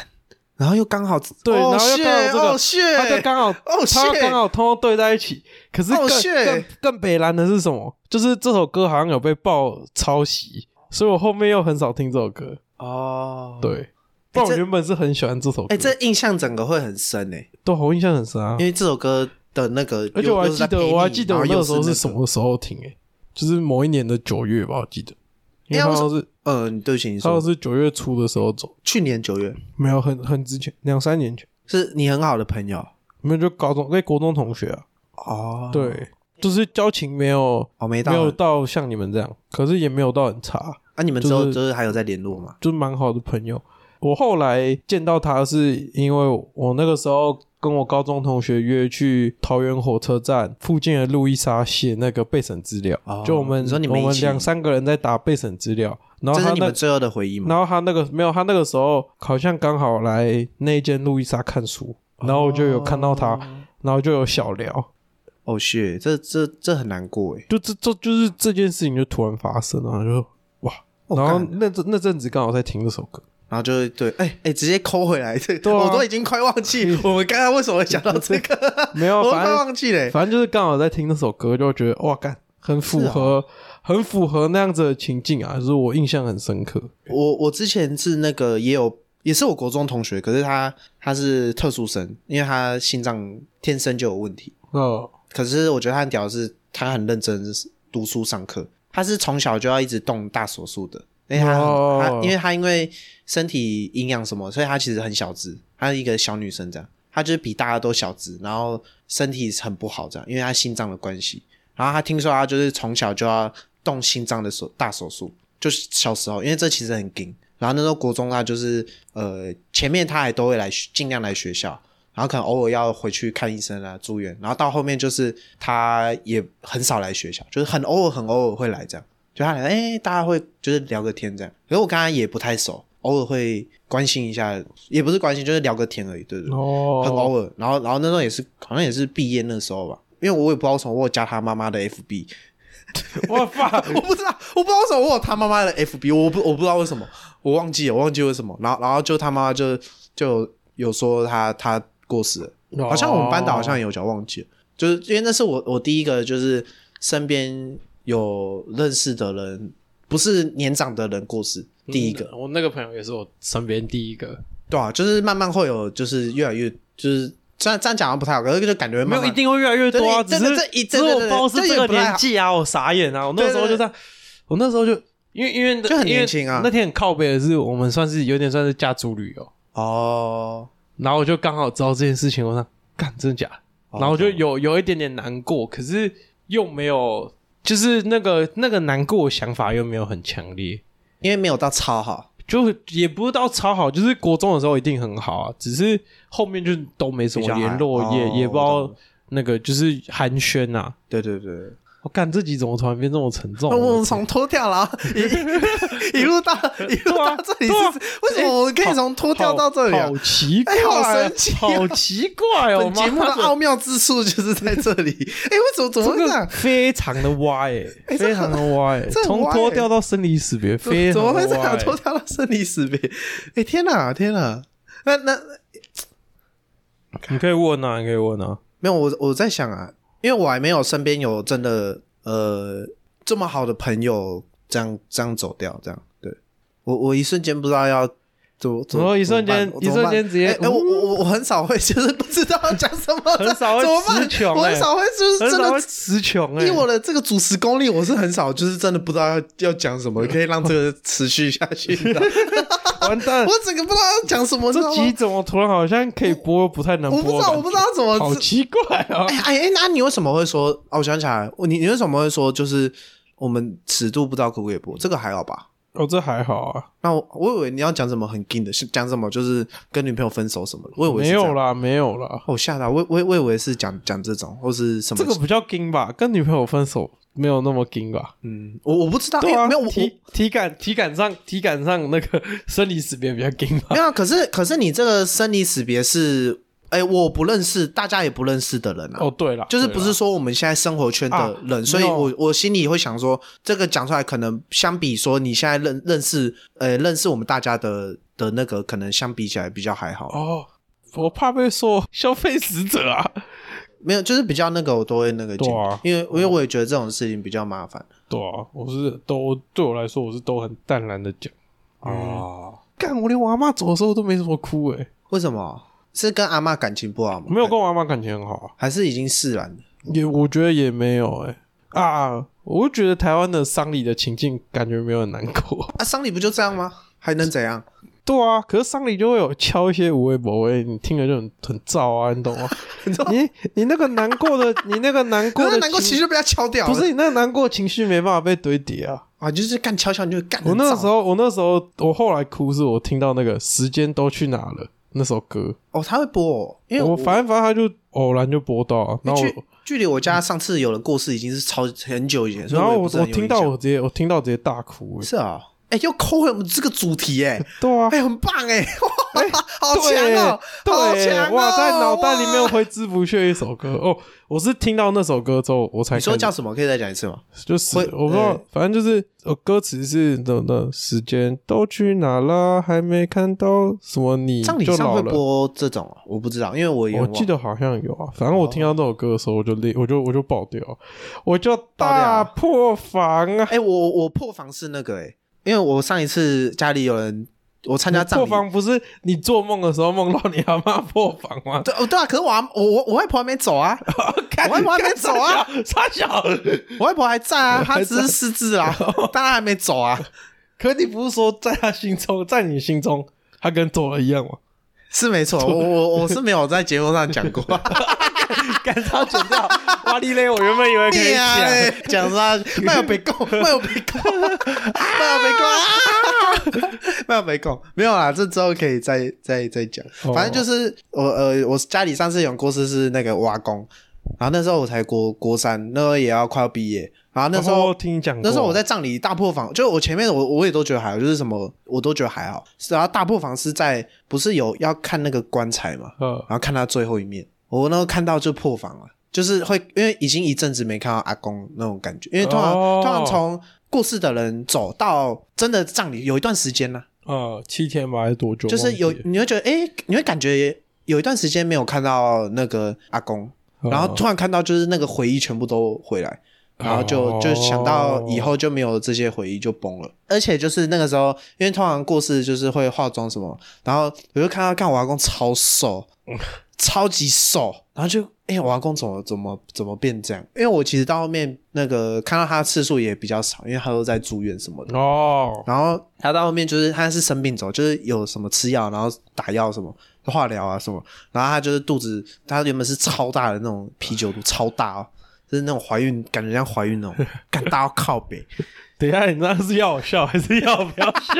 S1: 然后又刚好
S2: 对然后又刚好这个
S1: 哦，shit，
S2: 他就
S1: 哦，shit，
S2: 刚好，
S1: 哦
S2: 他
S1: shit
S2: 刚好通通对在一起。可是
S1: 哦
S2: 更
S1: ，shit
S2: 更更北蓝的是什么？就是这首歌好像有被爆抄袭，所以我后面又很少听这首歌。
S1: 哦，，
S2: 对，不然我
S1: 这
S2: 原本是很喜欢这首歌，
S1: 哎，这印象整个会很深诶，
S2: 对我印象很深啊
S1: 因。为这首歌的那个，
S2: 而且
S1: 又
S2: 我还
S1: 又是
S2: 记
S1: 在
S2: 得，
S1: 陪
S2: 我还
S1: 你
S2: 记得
S1: 然
S2: 我
S1: 后
S2: 那
S1: 又
S2: 时候
S1: 是
S2: 是
S1: 那
S2: 什
S1: 个
S2: 么时候听、欸？就是某一年的九月吧，我记得。因
S1: 哎
S2: 为他
S1: 为什
S2: 好像是
S1: 嗯，对不起，你
S2: 他好
S1: 说
S2: 像是九月初的时候走，
S1: 去年九月
S2: 没有很很之前，两三年前，
S1: 是你很好的朋友
S2: 没有就高中跟国中同学啊，
S1: 哦，，
S2: 对，就是交情没有
S1: 哦，没
S2: 没有
S1: 到
S2: 到像你们这样，可是也没有到很差，
S1: 啊，你们之后
S2: 就是
S1: 就是还有在联络吗？
S2: 就蛮好的朋友。我后来见到他是因为我那个时候跟我高中同学约去桃园火车站附近的路易莎写那个备审资料，
S1: 哦
S2: 就我们
S1: 你说你们
S2: 我
S1: 一
S2: 们
S1: 起
S2: 两三个人在打备审资料，然后
S1: 这
S2: 他
S1: 是你
S2: 那
S1: 们最后的回忆吗？
S2: 然后他那个没有，他那个时候好像刚好来那间路易莎看书，然后我就有看到他，然后就有小聊，
S1: 哦，是，这这这很难过哎。
S2: 就这这就是这件事情就突然发生了，然后就哇，
S1: 哦
S2: 然后
S1: 干
S2: 那阵那阵子刚好在听这首歌，
S1: 然后就会对，哎、哎，直接抠回来，这、
S2: 对啊
S1: (laughs) 我都已经快忘
S2: (laughs)
S1: 记我们刚刚为什么会讲到这个，
S2: 没有，啊
S1: 我都快
S2: 反正
S1: 忘记嘞。
S2: 反正就是刚好在听那首歌，就觉得哇，干很符合、很符合那样子的情境啊，就是我印象很深刻。
S1: 我我之前是那个也有，也是我国中同学，可是他他是特殊生，因为他心脏天生就有问题。
S2: 哦，
S1: 可是我觉得他很屌的是，他很认真读书上课，他是从小就要一直动大手术的，因为他很、
S2: 哦
S1: 他因为他因为身体营养什么，所以他其实很小只，她是一个小女生这样，她就是比大家都小只，然后身体很不好这样，因为她心脏的关系，然后她听说她就是从小就要动心脏的手大手术，就是小时候，因为这其实很紧。然后那时候国中她就是呃前面她还都会来学尽量来学校，然后可能偶尔要回去看医生啊，住院，然后到后面就是他也很少来学校，就是很偶尔很偶尔会来这样，就他来，哎、大家会就是聊个天这样，可是我跟他也不太熟，偶尔会关心一下，也不是关心，就是聊个天而已，对不对？很
S2: 哦，
S1: 偶尔，然后然后那时候也是好像也是毕业那时候吧，因为我也不知道为什么我有加他妈妈的 FB，
S2: 我发
S1: (laughs)
S2: (laughs)
S1: 我不知道，我不知道为什么我有他妈妈的 FB，我不我不知道为什么，我忘记了，我忘记为什么。然后然后就他妈妈就就有说他他过世了，
S2: 哦
S1: 好像我们班导好像有讲忘记了，就是因为那是我我第一个就是身边有认识的人，不是年长的人过世，
S2: 嗯
S1: 第一个、
S2: 我那个朋友也是我身边第一个，
S1: 对啊，就是慢慢会有就是越来越就是虽然这样讲好像不太好，可是就感觉
S2: 没
S1: 慢
S2: 有一
S1: 慢
S2: 定会越来越多啊，只
S1: 对对
S2: 是
S1: 这一这
S2: 只是
S1: 这
S2: 我不知道是
S1: 这
S2: 这
S1: 也
S2: 个
S1: 不太好
S2: 年纪啊，我傻眼啊，我那时候就这样，我那时候就因为因为
S1: 就很年轻啊
S2: 因为那天很靠北的是我们算是有点算是家族旅游，
S1: 哦，
S2: 然后我就刚好知道这件事情，我想干真的假的，
S1: 哦
S2: 然后我就有有一点点难过，可是又没有，就是那个那个难过的想法又没有很强烈，
S1: 因为没有到超好
S2: 就也不是到超好，就是国中的时候一定很好啊，只是后面就都没什
S1: 比较
S2: 么
S1: 还
S2: 联络，
S1: 哦
S2: 也也不知
S1: 我
S2: 道
S1: 懂
S2: 那个就是寒暄啊。
S1: 对对对。
S2: 我干、这集怎么突然变这么沉重
S1: 那
S2: 啊？
S1: 我们哦从脱掉
S2: (laughs)
S1: 了，一一路到一路到这里
S2: 对啊
S1: 是，为什么哦我们可以从脱掉到这里啊
S2: 好？奇怪、啊
S1: 哎好神奇哦
S2: 好奇怪哦！
S1: (laughs) 本节目的
S2: 妈
S1: 奥妙之处就是在这
S2: (laughs)
S1: 里。哎，为什么怎么
S2: 这
S1: 会这
S2: 个
S1: 样？
S2: 非常的歪、欸，
S1: 哎这
S2: 非
S1: 个
S2: 常的歪、欸
S1: 这，很
S2: 从
S1: 歪欸
S2: 脱掉到生离死别，非
S1: 怎
S2: 常
S1: 么
S2: 的
S1: 会
S2: 歪、
S1: 这样
S2: 欸。
S1: 脱掉到生离死别？哎，天哪，天哪！那那
S2: 你可以问啊，你可以问啊。
S1: 没有，我我在想啊，因为我还没有身边有真的呃这么好的朋友这样这样走掉，这样对我我一瞬间不知道要怎么怎
S2: 然后
S1: 么
S2: 一瞬间
S1: 怎么办
S2: 一瞬间直接
S1: 哎、哎我我我我很少会就是不知道要讲什么的，
S2: 很少会
S1: 怎么办
S2: 词穷哎
S1: 我很少会就是
S2: 很
S1: 真
S2: 少
S1: 的。
S2: 会词穷哎、
S1: 以我的这个主持功力，我是很少，就是真的不知道要要讲什
S2: (laughs)
S1: 么，可以让这个持续下去的。
S2: 完蛋
S1: 我！整个不知道要讲什么，你知
S2: 这
S1: 道
S2: 集
S1: 吗？
S2: 怎么突然好像可以播，又不太能播
S1: 我
S2: 感觉？
S1: 不知道，我不知道怎么
S2: 好奇怪啊！
S1: 哎哎哎，那你为什么会说？哦，我想起来了，你你为什么会说就是我们尺度不知道可不可以播？这个还好吧？
S2: 哦，这还好啊，
S1: 那我我以为你要讲什么很硬的，是讲什么就是跟女朋友分手什么的，我以为
S2: 没
S1: 是这样哦
S2: 有，啦，没有啦，
S1: 我吓到，我我我以为是讲讲这种或是什么，
S2: 这个不叫硬吧？跟女朋友分手没有那么硬吧？
S1: 嗯，我我不知道，
S2: 对啊，
S1: 哎没有我我
S2: 体体感体感上体感上那个 (laughs) 生理识别比较硬吧
S1: 没？有啊，可是可是你这个生离死别是，哎、我不认识，大家也不认识的人啊。
S2: 哦，对了，
S1: 就是
S2: 对
S1: 不
S2: 啦
S1: 是说我们现在生活圈的人，
S2: 啊
S1: 所以
S2: no
S1: 我我心里会想说，这个讲出来可能相比说你现在认认识，呃，认识我们大家的的那个，可能相比起来比较还好。
S2: 哦，我怕被说消费死者啊。
S1: 没有，就是比较那个，我都会那个
S2: 对
S1: 剪，
S2: 啊
S1: 因为因为我也觉得这种事情比较麻烦。
S2: (laughs) 对啊，我是都对我来说我是都很淡然的讲。
S1: 哦，
S2: 干，我连我阿妈走的时候都没怎么哭欸诶、
S1: 为什么？是跟阿嬷感情不好吗？
S2: 没有跟我阿妈感情很好啊，
S1: 还是已经释然了？
S2: 也我觉得也没有诶、啊，我就觉得台湾的丧礼的情境感觉没有很难过。
S1: 啊，丧礼不就这样吗？还能怎样？
S2: 对啊，可是丧礼就会有敲一些无谓不谓，你听了就很很燥啊，你懂
S1: (laughs)
S2: 吗？你你那个难过的，你那个难过
S1: 可
S2: 的
S1: 是难过情
S2: 绪
S1: 绪被他敲掉了，
S2: 不是你那个难过情绪没办法被堆叠啊。
S1: 啊，就是干悄悄你就干。
S2: 我那
S1: 很
S2: 个
S1: 燥
S2: 时候，我那时候，我后来哭是我听到那个时间都去哪了那首歌，
S1: 哦，他会播、哦，因为
S2: 我反正反正他就偶然就播到啊，然后
S1: 距
S2: 我
S1: 距离我家上次有人过世已经是超很久以前，所以
S2: 然后
S1: 也
S2: 我
S1: 不是很有
S2: 听到
S1: 印象
S2: 我直接我听到直接大哭、欸，
S1: 是啊、哎、又扣回我们这个主题哎、
S2: 对啊，
S1: 哎、很棒哎、哇 (laughs) 好强
S2: 对
S1: 哦、好
S2: 对、
S1: 强哦、
S2: 哇，在脑袋里面
S1: 哇。
S2: 挥之不去一首歌哦，我是听到那首歌之后我才
S1: 你说
S2: 开始
S1: 叫什么？可以再讲一次吗？
S2: 就是
S1: 会
S2: 我不知道
S1: 呃，
S2: 反正就是呃，歌词是的的，时间都去哪了，还没看到什么你
S1: 葬礼
S2: 就
S1: 上
S2: 老
S1: 会
S2: 了。
S1: 播这种啊，我不知道，因为我也
S2: 我
S1: 很
S2: 记
S1: 忘
S2: 得好像有啊，反正我听到
S1: 哦
S2: 这首歌的时候，我就累，我就我就爆掉，我就
S1: 啊
S2: 大破防啊！
S1: 哎、我我破防是那个哎、因为我上一次家里有人，我参加葬
S2: 破
S1: 礼，
S2: 防不是你做梦的时候梦到你阿妈破防吗？
S1: (laughs) 对哦对啊，可是我阿我我我外婆还没走
S2: (laughs)
S1: 啊，
S2: 干
S1: 我外婆还没
S2: 干
S1: 走啊
S2: 傻小，傻小。
S1: 我外婆还在啊，她
S2: 还哦
S1: 只是失智啦，但她还没走啊。
S2: 可你不是说在他心中，在你心中，他跟走了一样吗？
S1: 是没错，我我我是没有在节目上讲过。
S2: 赶超剪掉，哇哩嘞！我原本以为
S1: (laughs)
S2: 可以
S1: 对啊，
S2: 讲。
S1: 欸讲啥？没有被供，没有被供，没有被供，啊没有被供，没有啦。这之后可以再再再讲。
S2: 哦
S1: 反正就是我呃，我家里上次有人过世是那个瓦工，然后那时候我才国国三，那时候也要快要毕业，然后那时候
S2: 哦听你讲过，
S1: 那时候我在葬礼大破防，就我前面我我也都觉得还好，就是什么我都觉得还好。然后大破防是在不是有要看那个棺材嘛，
S2: 呃
S1: 然后看他最后一面，我那时候看到就破防了，就是会因为已经一阵子没看到阿公那种感觉，因为通常、
S2: 哦
S1: 通常从过世的人走到真的葬礼有一段时间呢、
S2: 呃七天吧还是多久？
S1: 就是有
S2: 忘记
S1: 你会觉得诶，你会感觉有一段时间没有看到那个阿公，
S2: 了
S1: 然后突然看到就是那个回忆全部都回来，然后就就想到以后就没有这些回忆就崩了。而且就是那个时候，因为通常过世就是会化妆什么，然后我就看到看我阿公超瘦，超级瘦，然后就哎、我阿公怎么怎么怎么变这样？因为我其实到后面那个看到他次数也比较少，因为他都在住院什么的。
S2: 哦，
S1: 然后他到后面就是他是生病走，就是有什么吃药，然后打药什么化疗啊什么，然后他就是肚子，他原本是超大的那种啤酒肚，超大哦，就是那种怀孕感觉像怀孕那种，干大到靠北，
S2: 等一下，你那是要我笑还是要不要
S1: (laughs)
S2: 笑？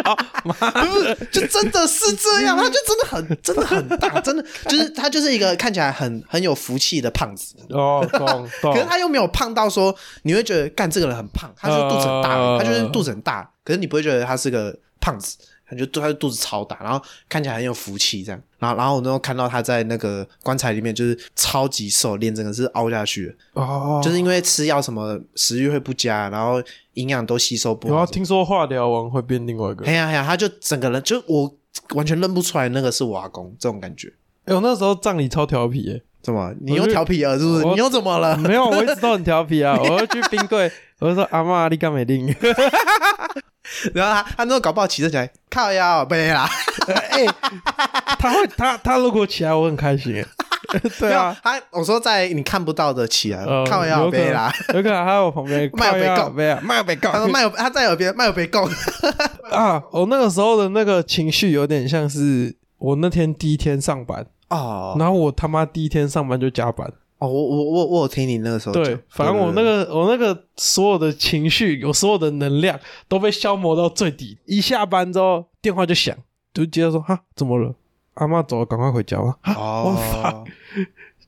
S2: 妈，
S1: 不是，就真的是这样，他就真的很真的很大，真的就是他就是一个看起来很很有福气的胖子，
S2: 哦，懂懂
S1: 可是，他又没有胖到说你会觉得干这个人很胖，他就是肚子很大，
S2: 呃
S1: 他就是肚子很大，可是你不会觉得他是个胖子，他就他就肚子超大，然后看起来很有福气这样。然后然后我那时候看到他在那个棺材里面就是超级瘦，脸整个是凹下去的，
S2: 哦，
S1: 就是因为吃药什么食欲会不佳，然后营养都吸收不
S2: 然后
S1: 好。
S2: 啊听说化疗完会变另外一个
S1: 哎。呀哎呀，他就整个人就我完全认不出来那个是我阿公这种感觉。
S2: 哎，我那时候葬礼超调皮耶，
S1: 怎么？你
S2: 我
S1: 又
S2: 就
S1: 调皮了是不是？
S2: 我
S1: 你又怎么了？ (laughs)
S2: 没有，我一直都很调皮啊！我要去冰柜，我就说阿妈，你干 (laughs) 没拎？
S1: 然后他他那时候搞不好骑车起来靠腰背啦。
S2: 哎，他会，他他如果起来，我很开
S1: (laughs)
S2: 心耶。对啊，
S1: 没有，他我说在你看不到的起来，
S2: 呃
S1: 靠腰背啦。，
S2: 有可能有可能还有旁边
S1: 卖有被告
S2: 靠腰杯啊，卖有被告
S1: 他说麦有他在耳边麦有被
S2: (laughs)
S1: 告，
S2: 啊！我那个时候的那个情绪有点像是我那天第一天上班，
S1: 哦
S2: 然后我他妈第一天上班就加班，
S1: 哦哦，我我我我有听你那个时候讲
S2: 对，反正我那
S1: 对
S2: 个我那个所有的情绪，我所有的能量都被消磨到最底。一下班之后，电话就响，就接着说哈，怎么了？阿妈走了，赶快回家吧。
S1: 对
S2: 哈，
S1: 哦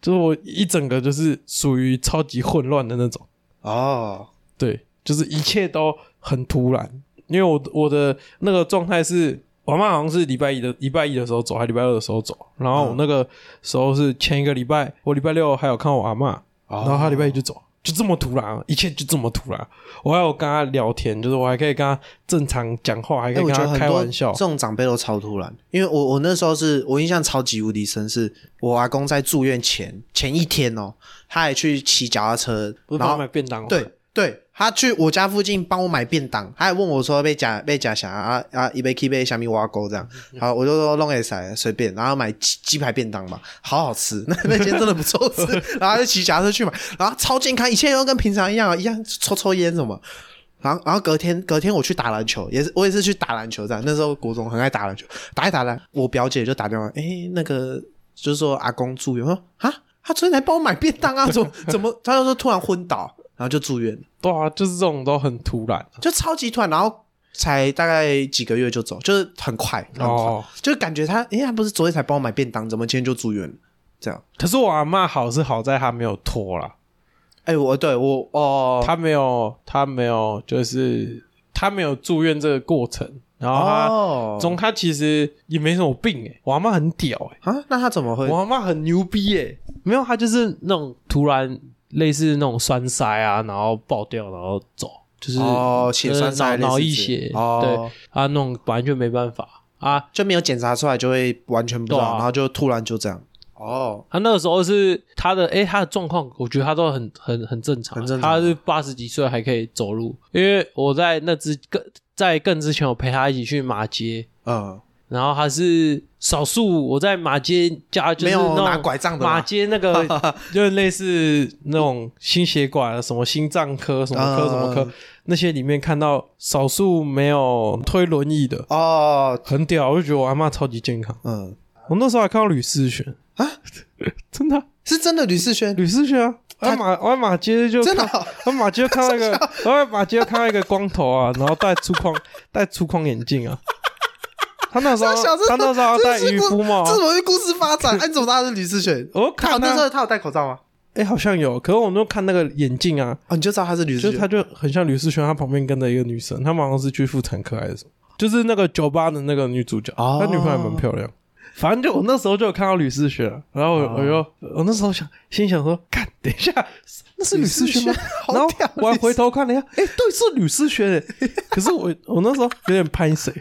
S2: 就是我一整个就是属于超级混乱的那种。
S1: 哦，
S2: 对，就是一切都很突然，因为我我的那个状态是，我妈好像是礼拜一的礼拜一的时候走，还是礼拜二的时候走，然后我
S1: 嗯
S2: 那个时候是前一个礼拜，我礼拜六还有看我阿妈，
S1: 哦
S2: 然后她礼拜一就走。就这么突然，啊一切就这么突然。啊我还有跟她聊天，就是我还可以跟她正常讲话，还可
S1: 哎，
S2: 以
S1: 我
S2: 跟
S1: 觉得
S2: 她
S1: 很
S2: 开
S1: 多
S2: 玩笑
S1: 这。种长辈都超突然，因为我我那时候是我印象超级无敌深，是我阿公在住院前前一天哦，他还去骑脚踏车，
S2: 不是
S1: 然
S2: 帮
S1: 后
S2: 她买便当吗？
S1: 对对，他去我家附近帮我买便当，他还问我说被假被假啥啊啊，一杯 K 杯虾米挖沟这样，好，我就说弄给谁随便，然后买鸡鸡排便当嘛，好好吃， (laughs) 那那间真的不错吃， (laughs) 然后就骑脚踏车去买，然后超健康，一切都跟平常一样，一样抽抽烟什么。然后，然后隔天，隔天我去打篮球，也是我也是去打篮球这样。那时候国中很爱打篮球，打一打篮，我表姐就打电话，哎，那个就是说阿公住院，我说啊，他昨天来帮我买便当
S2: (laughs)
S1: 啊，怎么怎么，他就说突然昏倒，然后就住院了，
S2: 对啊，就是这种都很突然。啊
S1: 就超级突然，然后才大概几个月就走，就是很快，很快，
S2: 哦
S1: 就感觉他，哎，他不是昨天才帮我买便当，怎么今天就住院了？这样，
S2: 可是我阿妈好是好在她没有拖啦，
S1: 哎，我对我哦，
S2: 他没有，他没有，就是他没有住院这个过程。然后他、
S1: 哦
S2: 中他其实也没什么病诶、我阿妈很屌诶、
S1: 啊，那他怎么会
S2: 我？阿妈很牛逼欸诶、没有他就是那种突然类似那种栓塞啊，然后爆掉，然后走，就是
S1: 哦血栓塞
S2: 呃脑脑
S1: 类似
S2: 溢
S1: 这
S2: 血，
S1: 哦
S2: 对啊，那种完全没办法啊，
S1: 就没有检查出来，就会完全不知道，
S2: 对啊
S1: 然后就突然就这样。哦，
S2: 他那个时候是他的，诶、他的状况，我觉得他都很很很正常，啊
S1: 很正常啊
S2: 他是八十几岁还可以走路，因为我在那之更在更之前，我陪他一起去马街，
S1: 嗯，
S2: 然后他是少数我在马街家就是
S1: 没有
S2: 那种
S1: 拿拐杖的啦
S2: 马街那
S1: (laughs)
S2: 个就是类似那种心血管啊什么心脏科什么科
S1: 嗯
S2: 什么科、那些里面看到少数没有推轮椅的，
S1: 哦，
S2: 很屌，我就觉得我阿妈超级健康。
S1: 嗯，
S2: 我那时候还看到吕思璇
S1: 啊，
S2: (laughs) 真的啊、
S1: 是真的吕世轩，
S2: 吕思璇啊，
S1: 他
S2: 啊马啊马街就
S1: 真的
S2: 看
S1: 哦
S2: 啊马街看到一个， (laughs) 啊马街看到一个光头啊，然后戴粗框戴粗框眼镜啊，他那时候
S1: 这啊小子
S2: 他那时候还戴
S1: 这是
S2: 渔
S1: 故
S2: 夫帽啊
S1: 这，怎么会故事发展？哎，你怎么知道他是吕世
S2: (laughs)
S1: 轩？
S2: 我
S1: 他有
S2: 看
S1: 那时
S2: 他
S1: 候他有戴口罩吗？
S2: 哎好像有，可是我就看那个眼镜啊，
S1: 哦，你就知道他是吕
S2: 就
S1: 世
S2: 是他
S1: 轩。
S2: 就很像吕思璇，他旁边跟着一个女生，他们好像是去妇产科还是什么，就是那个酒吧的那个女主角，
S1: 哦
S2: 她女朋友还蛮漂亮。反正就我那时候就有看到吕思璇啊，然后我我就、我那时候想心想说，干，等一下，那是吕思璇吗
S1: 吕思璇？好
S2: 然后
S1: 屌
S2: 我还回头看了一下，哎、对，是吕思璇欸。可是我我那时候有点拍 (laughs) 谁，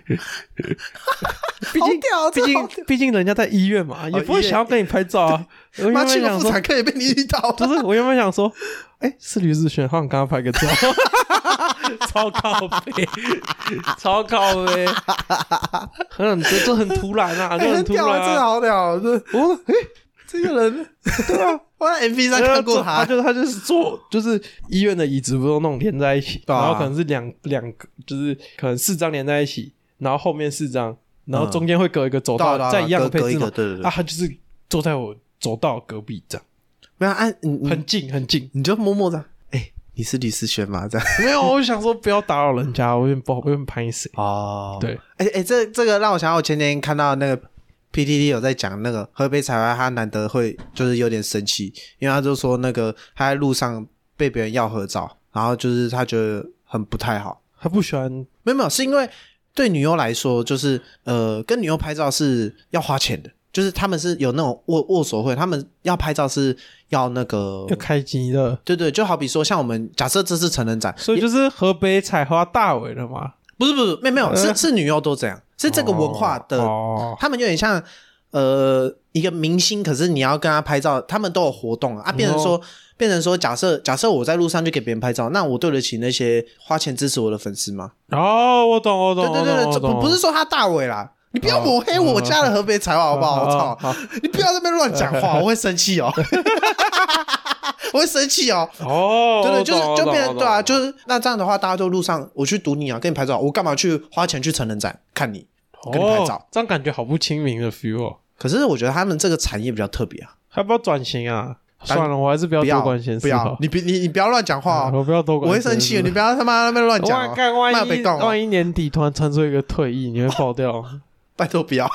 S2: 毕
S1: 好
S2: 竟
S1: 屌
S2: 毕
S1: 这好
S2: 竟毕竟人家在哦医院嘛，也不
S1: 医
S2: 会
S1: 院
S2: 想要跟你拍照啊。我原
S1: 妈
S2: 本
S1: 去个
S2: 想
S1: 妇
S2: 说，
S1: 产科也被你遇到
S2: (laughs) 就
S1: 了，
S2: 是我原本想说，哎、是吕子璇，好想跟他拍个照， (laughs) 超靠背， (laughs) 超靠背，很这这很突然啊，这
S1: 哎
S2: 很
S1: 很
S2: 突
S1: 屌
S2: 然、
S1: 啊，真的
S2: 啊。
S1: 好屌！这
S2: 我哎，
S1: 这个人，对啊， (laughs) 我在 MV 上
S2: 然后
S1: 看过
S2: 他
S1: 他，
S2: 就他就是坐，就是医院的椅子不是都那种连在一起，
S1: 对啊
S2: 然后可能是两两个，就是可能四张连在一起，然后后面四张，然后
S1: 嗯
S2: 中间会隔一个走道，
S1: 对啊对啊
S2: 在一样的配
S1: 隔隔一
S2: 置
S1: 个
S2: 嘛。
S1: 对对对
S2: 啊，他就是坐在我走道隔壁这样，
S1: 没有按你你
S2: 很近很近。 (laughs)
S1: 你就默默的，哎，你是吕世轩吗？这样
S2: 没有，我想说不要打扰人家，我有点不好，我有点拍谁。
S1: 哦
S2: 对，
S1: 哎、哎、这这个让我想到我前天看到那个 PTT 有在讲那个喝杯茶花，他难得会就是有点生气，因为他就说那个他在路上被别人要合照，然后就是他觉得很不太好。
S2: 他不喜欢
S1: 没有没有，是因为对女优来说，就是呃，跟女优拍照是要花钱的，就是他们是有那种握握手会，他们要拍照是要那个
S2: 要。开机的，
S1: 对对，就好比说，像我们假设这是成人展，
S2: 所以就是河北采花大尾了嘛，
S1: 不是不是，没有没有，是是女优都这样，是这个文化的
S2: 呃哦，
S1: 他们有点像呃一个明星，可是你要跟他拍照，他们都有活动啊，啊变成
S2: 哦
S1: 说、变成说，假设假设我在路上就给别人拍照，那我对得起那些花钱支持我的粉丝吗？
S2: 哦，我懂，我懂，
S1: 对对对
S2: 我
S1: 对，这
S2: 懂
S1: 不不是，说他大伟啦。你不要抹黑
S2: 哦
S1: 我家的河北才华好
S2: 我懂
S1: 不好？我
S2: 好
S1: 操！你不要在那边乱讲话，我会生气哦， (laughs) 我会生气哦。
S2: 好哦，
S1: 对对，
S2: 我
S1: 就是
S2: 懂
S1: 就变
S2: 我懂
S1: 对啊，
S2: 我懂
S1: 就是那这样的话，大家就路上我去堵你啊，跟你拍照，我干嘛去花钱去成人展看你跟你拍
S2: 哦
S1: 照？
S2: 这样感觉好不亲民的 feel，哦
S1: 可是我觉得他们这个产业比较特别啊，
S2: 还不要转型啊？
S1: 但
S2: 算了，我还是不要
S1: 不
S2: 多
S1: 要
S2: 管闲
S1: 不
S2: 事好
S1: 要，。你别你你不要乱讲话
S2: (laughs) 我
S1: 哦，
S2: 不要多
S1: (laughs)
S2: 管，
S1: 我会生气，你不要他妈那边乱讲
S2: 哇
S1: 哦，
S2: 干，万
S1: 那
S2: 一
S1: 被告哦
S2: 万一年底突然传出一个退役，你会
S1: (laughs)
S2: 爆掉，
S1: 拜托不要，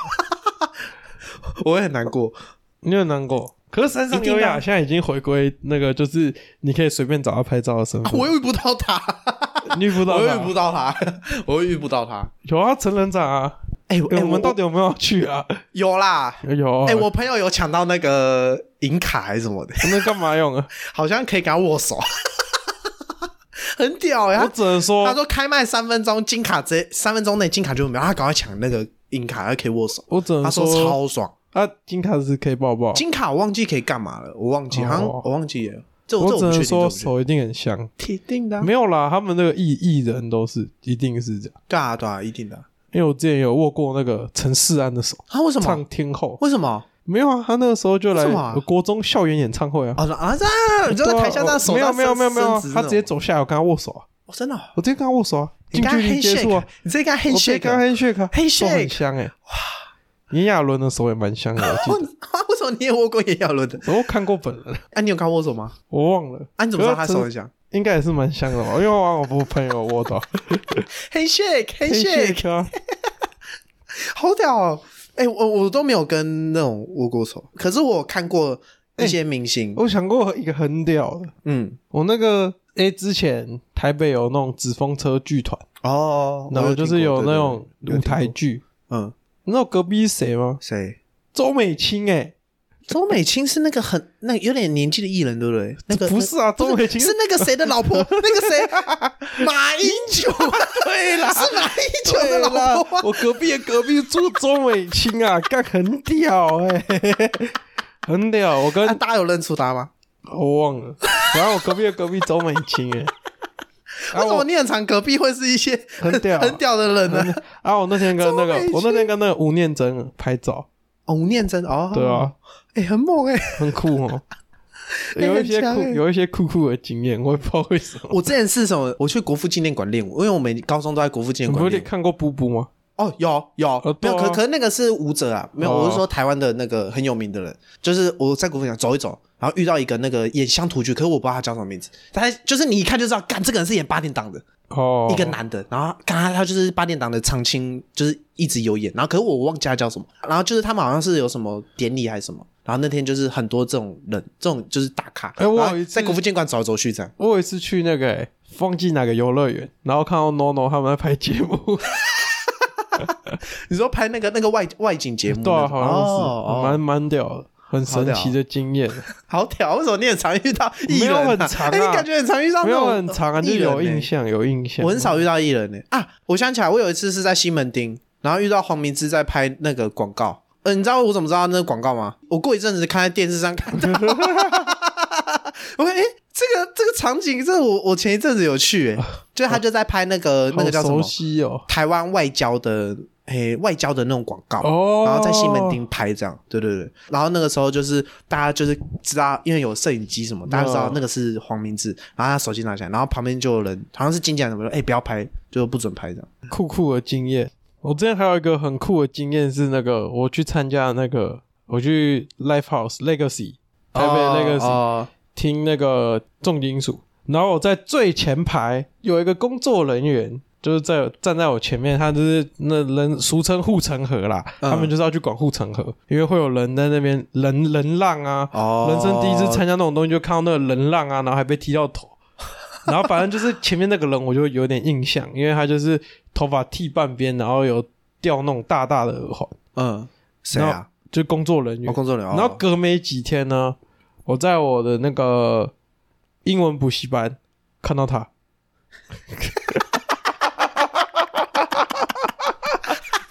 S1: (laughs) 我会很难过。
S2: 你会难过。可是山上
S1: 一定啊
S2: 优雅现在已经回归那个，就是你可以随便找他拍照的身份，
S1: (laughs) 我又遇不到他，
S2: (laughs) 你遇不到
S1: 我
S2: 吧
S1: 又遇不到他，我又遇不到他。
S2: 有啊，成人展啊，
S1: (laughs) 哎、
S2: 哎
S1: 哎，
S2: 我们到底有没有要去
S1: (laughs)
S2: 啊？
S1: 有啦？
S2: 有，啊
S1: 哎、我朋友有抢到那个银卡还是什么的，
S2: 那干嘛用啊？
S1: 好像可以跟他握手，很屌 (laughs) 哎、
S2: 我
S1: 欸
S2: 只
S1: 他！
S2: 能说
S1: 他，说开卖三分钟，金卡直接三分钟内金卡就没有，他赶快抢那个银卡，他可以握手。
S2: 我只
S1: 他
S2: 能
S1: 说超爽，
S2: 啊，金卡是可以抱抱，
S1: 金卡我忘记可以干嘛了，我忘记，
S2: 哦
S1: 好像我忘记了。这我这
S2: 我只
S1: 我不
S2: 能
S1: 确定，这我不
S2: 说
S1: 确定
S2: 手一定很香。
S1: 铁定的啊，
S2: 没有啦，他们那个艺艺人都是一定是这样，
S1: 对啊对啊，一定的啊。
S2: 因为我之前有握过那个陈世安的手，
S1: 他为什
S2: 唱
S1: 么？
S2: 天后。
S1: 为什么？
S2: 没有啊，他那个时候就来
S1: 为什么啊
S2: 国中校园演唱会啊。
S1: 啊说啊，这样你知
S2: 对
S1: 道
S2: 啊
S1: 台下那手
S2: 没有
S1: 上
S2: 没有
S1: 伸
S2: 没有没有啊
S1: 伸直，那
S2: 他
S1: 种
S2: 直接走下来，我跟他握手啊，
S1: 哦真的哦，
S2: 我直接跟他握手啊，
S1: 你
S2: 近
S1: 跟他
S2: 距离接触
S1: handshake，
S2: 啊，
S1: 你直接跟他
S2: 我直
S1: handshake，
S2: 接跟他 handshake，啊
S1: handshake
S2: 手很香哎，哇，炎亚纶的手也蛮香的，
S1: (laughs)
S2: 我记
S1: 哦为什么你也握过炎亚纶的？
S2: 得，我看过本人，
S1: 啊，你有看握手吗？
S2: 我忘了，
S1: 啊，你怎么知道他
S2: 可是
S1: 手
S2: 真
S1: 很香
S2: 应该也是蛮香的吧，因为我我朋友
S1: (laughs)
S2: 握到
S1: ？handshake，handshake，
S2: handshake 啊，
S1: 好屌哦！哎，我我都没有跟那种握过手，可是我看过一
S2: 哎
S1: 些明星，
S2: 我想过一个很屌的，
S1: 嗯，
S2: 我那个。哎，之前台北有那种纸风车剧团，
S1: 哦，
S2: 然后就是
S1: 有
S2: 有
S1: 听过
S2: 那种舞，
S1: 对对有
S2: 台
S1: 听过
S2: 剧。
S1: 嗯，
S2: 你知道隔壁是谁吗？
S1: 谁？
S2: 周美青哎、
S1: (laughs) 周美青是那个很那有点年纪的艺人，对不对？那个
S2: 不是啊，周美青
S1: 是那个谁的老婆？那个谁， (laughs) 马英九，啊 (laughs) 对啦，是马英九的
S2: (laughs) 对啦
S1: 老婆啊。
S2: 我隔壁的隔壁住周美青啊，干很屌哎、 (laughs) 很屌。我跟、
S1: 啊大家有认出他吗？
S2: 我忘了，然后我隔壁的隔壁周美青
S1: (laughs) 为
S2: 哎、啊
S1: 什么
S2: 我
S1: 你很常隔壁会是一些
S2: 很屌
S1: 很屌的人呢？
S2: 啊我那天跟那个
S1: 周美青
S2: 我那天跟那个吴念真拍照，
S1: 哦，吴念真哦，
S2: 对啊，，
S1: 哎，很猛哎！
S2: 很
S1: (laughs)
S2: 酷哦。
S1: 哎
S2: 有一些
S1: 很
S2: 酷
S1: 强哎，
S2: 有一些酷酷的经验，我也不知道为什么。
S1: 我之前是什么？我去国父纪念馆练舞，因为我们高中都在国父纪
S2: 你
S1: 念
S2: 不
S1: 馆
S2: 是
S1: 练舞。
S2: 看过布布吗？
S1: 哦，有有，没
S2: 对啊
S1: 有？可可是那个是舞者啊，没有。
S2: 哦
S1: 我是说台湾的那个很有名的人，就是我在国父纪念馆走一走，然后遇到一个那个演乡土剧，可是我不知道他叫什么名字，他就是你一看就知道，干这个人是演八点档的。
S2: 哦，
S1: 一个男的，然后刚刚他就是八点档的常青，就是一直有演，然后可是我忘记他叫什么，然后就是他们好像是有什么典礼还是什么，然后那天就是很多这种人，这种就是打卡，
S2: 哎我有
S1: 然后
S2: 一次
S1: 在国父纪念馆走来走去这样，
S2: 我有一次去那个、欸、忘记哪个游乐园，然后看到 NONO 他们在拍节目，
S1: 你说拍那个那个外外景节目那
S2: (laughs) 对
S1: 种，
S2: 啊，好像
S1: 哦
S2: 是，蛮
S1: 哦
S2: 蛮屌的，很神奇的经验。
S1: 好屌，为什么你很常遇到艺人、啊？
S2: 没有很常啊
S1: 哎、你感觉很常遇到
S2: 没
S1: 那
S2: 有
S1: 种
S2: 很长啊，就
S1: 艺人
S2: 有
S1: 欸
S2: 印象，有印象。
S1: 我很少遇到艺人呢、啊！我想起来，我有一次是在西门町，然后遇到黄明志在拍那个广告。呃，你知道我怎么知道那个广告吗？我过一阵子看在电视上看到， (laughs) 我说哎、诶这个这个场景，这我我前一阵子有去、诶，就是他就在拍那个那
S2: (laughs) 好
S1: 个叫什么
S2: 熟悉啊哦。
S1: 台湾外交的，诶、外交的那种广告。
S2: 哦，
S1: 然后在西门町拍这样，对对对。然后那个时候就是大家就是知道，因为有摄影机
S2: 嗯
S1: 什么，大家知道那个是黄明志，然后他手机拿起来，然后旁边就有人好像是经纪人什么说，哎、不要拍，就不准拍这样。
S2: 酷酷的经验。我之前还有一个很酷的经验是，那个我去参加那个，我去 Live House Legacy 台北 Legacy、
S1: 哦
S2: 听那个重金属，然后我在最前排有一个工作人员，就是在站在我前面，他就是那人俗称护城河啦，
S1: 嗯
S2: 他们就是要去管护城河，因为会有人在那边人人浪啊，
S1: 哦
S2: 人生第一次参加那种东西就看到那个人浪啊，然后还被踢到 (laughs) 头。然后反正就是前面那个人，我就有点印象，因为他就是头发剃半边，然后有掉那种大大的耳环，
S1: 嗯，谁
S2: 然后
S1: 啊？
S2: 就工作人员。
S1: 我工作人员。
S2: 然后
S1: 哦
S2: 隔没几天呢，我在我的那个英文补习班看到他， (laughs)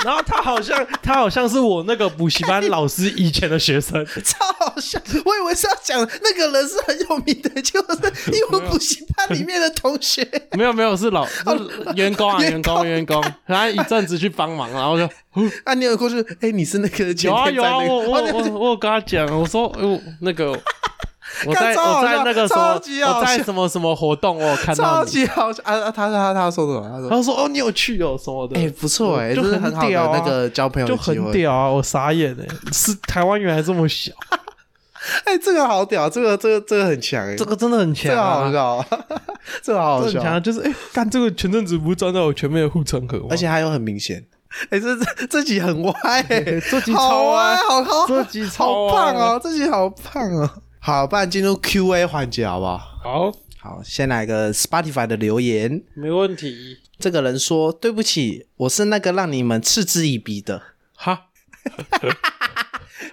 S2: 然后他好像他好像是我那个补习班老师以前的学生，
S1: 超
S2: (laughs)
S1: 好笑！我以为是要讲那个人是很有名的，结果
S2: (laughs)
S1: 是英文补习班里面的同学。
S2: 没有没
S1: (laughs)
S2: 有是老是员工啊员工员工，然后一阵子去帮忙，然
S1: (laughs)
S2: 后就
S1: 啊，你有过去？哎、你是那个前
S2: 有啊
S1: 天
S2: 有
S1: 在
S2: 啊，
S1: 那个
S2: 我我
S1: 哦
S2: 我我有跟他讲，我说哎我
S1: (laughs)
S2: 那个。我
S1: 干
S2: 在
S1: 超
S2: 我
S1: 好笑
S2: 在那个什
S1: 超级
S2: 么，
S1: 好
S2: 我在
S1: 笑
S2: 什么什么活动，我有看
S1: 超
S2: 到你，
S1: (laughs) 级好笑！啊啊，他他他说什么？他说
S2: 然后说哦，你有去哦什么的，
S1: 哎、不错哎、
S2: 就
S1: 这是
S2: 很
S1: 很好的
S2: 屌啊
S1: 那个交朋友
S2: 就
S1: 的机
S2: 很
S1: 会。
S2: 欸屌啊！我傻眼哎、是台湾原来这么小，
S1: 哎、这个好屌，这个这个这个很强哎、
S4: 这个真的很
S1: (laughs) 这
S4: 强、
S1: 个好
S4: 啊，
S1: 搞， (laughs) 这个好好
S2: 很
S1: 笑
S2: 强，啊，就是哎，干、这个前阵子不是站在我前面的护城河吗？
S1: 而且还有很明显。哎、这这这集很歪、欸，
S4: 这集超
S1: 好
S4: 歪
S1: 好好，
S4: 这集超
S1: 好
S4: 歪
S1: 胖哦，这集好胖哦。好，不然进入 Q&A 环节好不好？
S2: 好，
S1: 好，先来个 Spotify 的留言。
S2: 没问题。
S1: 这个人说：“对不起，我是那个让你们嗤之以鼻的，
S2: 哈，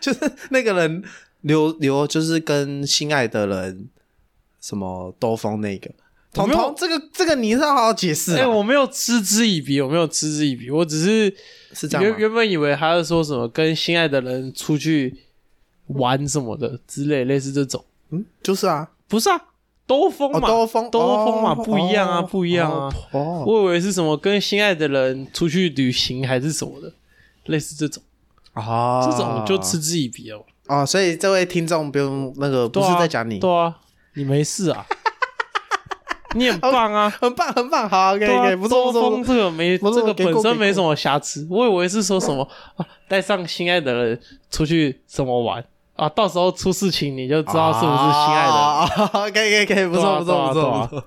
S1: 就是那个人刘刘，就是跟心爱的人什么兜风那个。
S2: 我
S1: 彤
S2: 没有
S1: 彤，这个这个你是要好好解释、
S2: 哎、
S1: 啊，
S2: 我没有嗤之以鼻，我没有嗤之以鼻，我只是
S1: 是这样
S2: 原
S1: 吗？
S2: 原本以为他是说什么跟心爱的人出去玩什么的之类，类似这种。
S1: 嗯，就是啊，
S2: 不是啊，兜风
S1: 哦，
S2: 嘛，
S1: 兜风，
S2: 兜风嘛，
S1: 哦
S2: 不一样啊，
S1: 哦
S2: 不一样啊。
S1: 哦哦
S2: 我以为是什么跟心爱的人出去旅行还是什么的，类似这种，
S1: 啊，
S2: 这种就嗤之以鼻哦。
S1: 哦，所以这位听众不用那个，不
S2: 对
S1: 是
S2: 啊
S1: 在讲你，
S2: 对啊，你没
S1: (laughs)
S2: 事啊，你很棒啊。
S1: 很棒很棒，好，可以
S2: 对
S1: 可以，
S2: 啊，
S1: 不错不
S2: 兜
S1: 错，不
S2: 风
S1: 错
S2: 这个没
S1: 不错
S2: 这个
S1: 给过
S2: 本身
S1: 给
S2: 没什么瑕疵，我以为是说什么啊，带上心爱的人出去什么玩啊，到时候出事情你就知道是不是心爱的人。
S1: 的人，哦可以可以可以，啊不
S2: 对
S1: 错
S2: 啊
S1: 不错不
S2: 对啊对
S1: 错
S2: 啊
S1: 不错。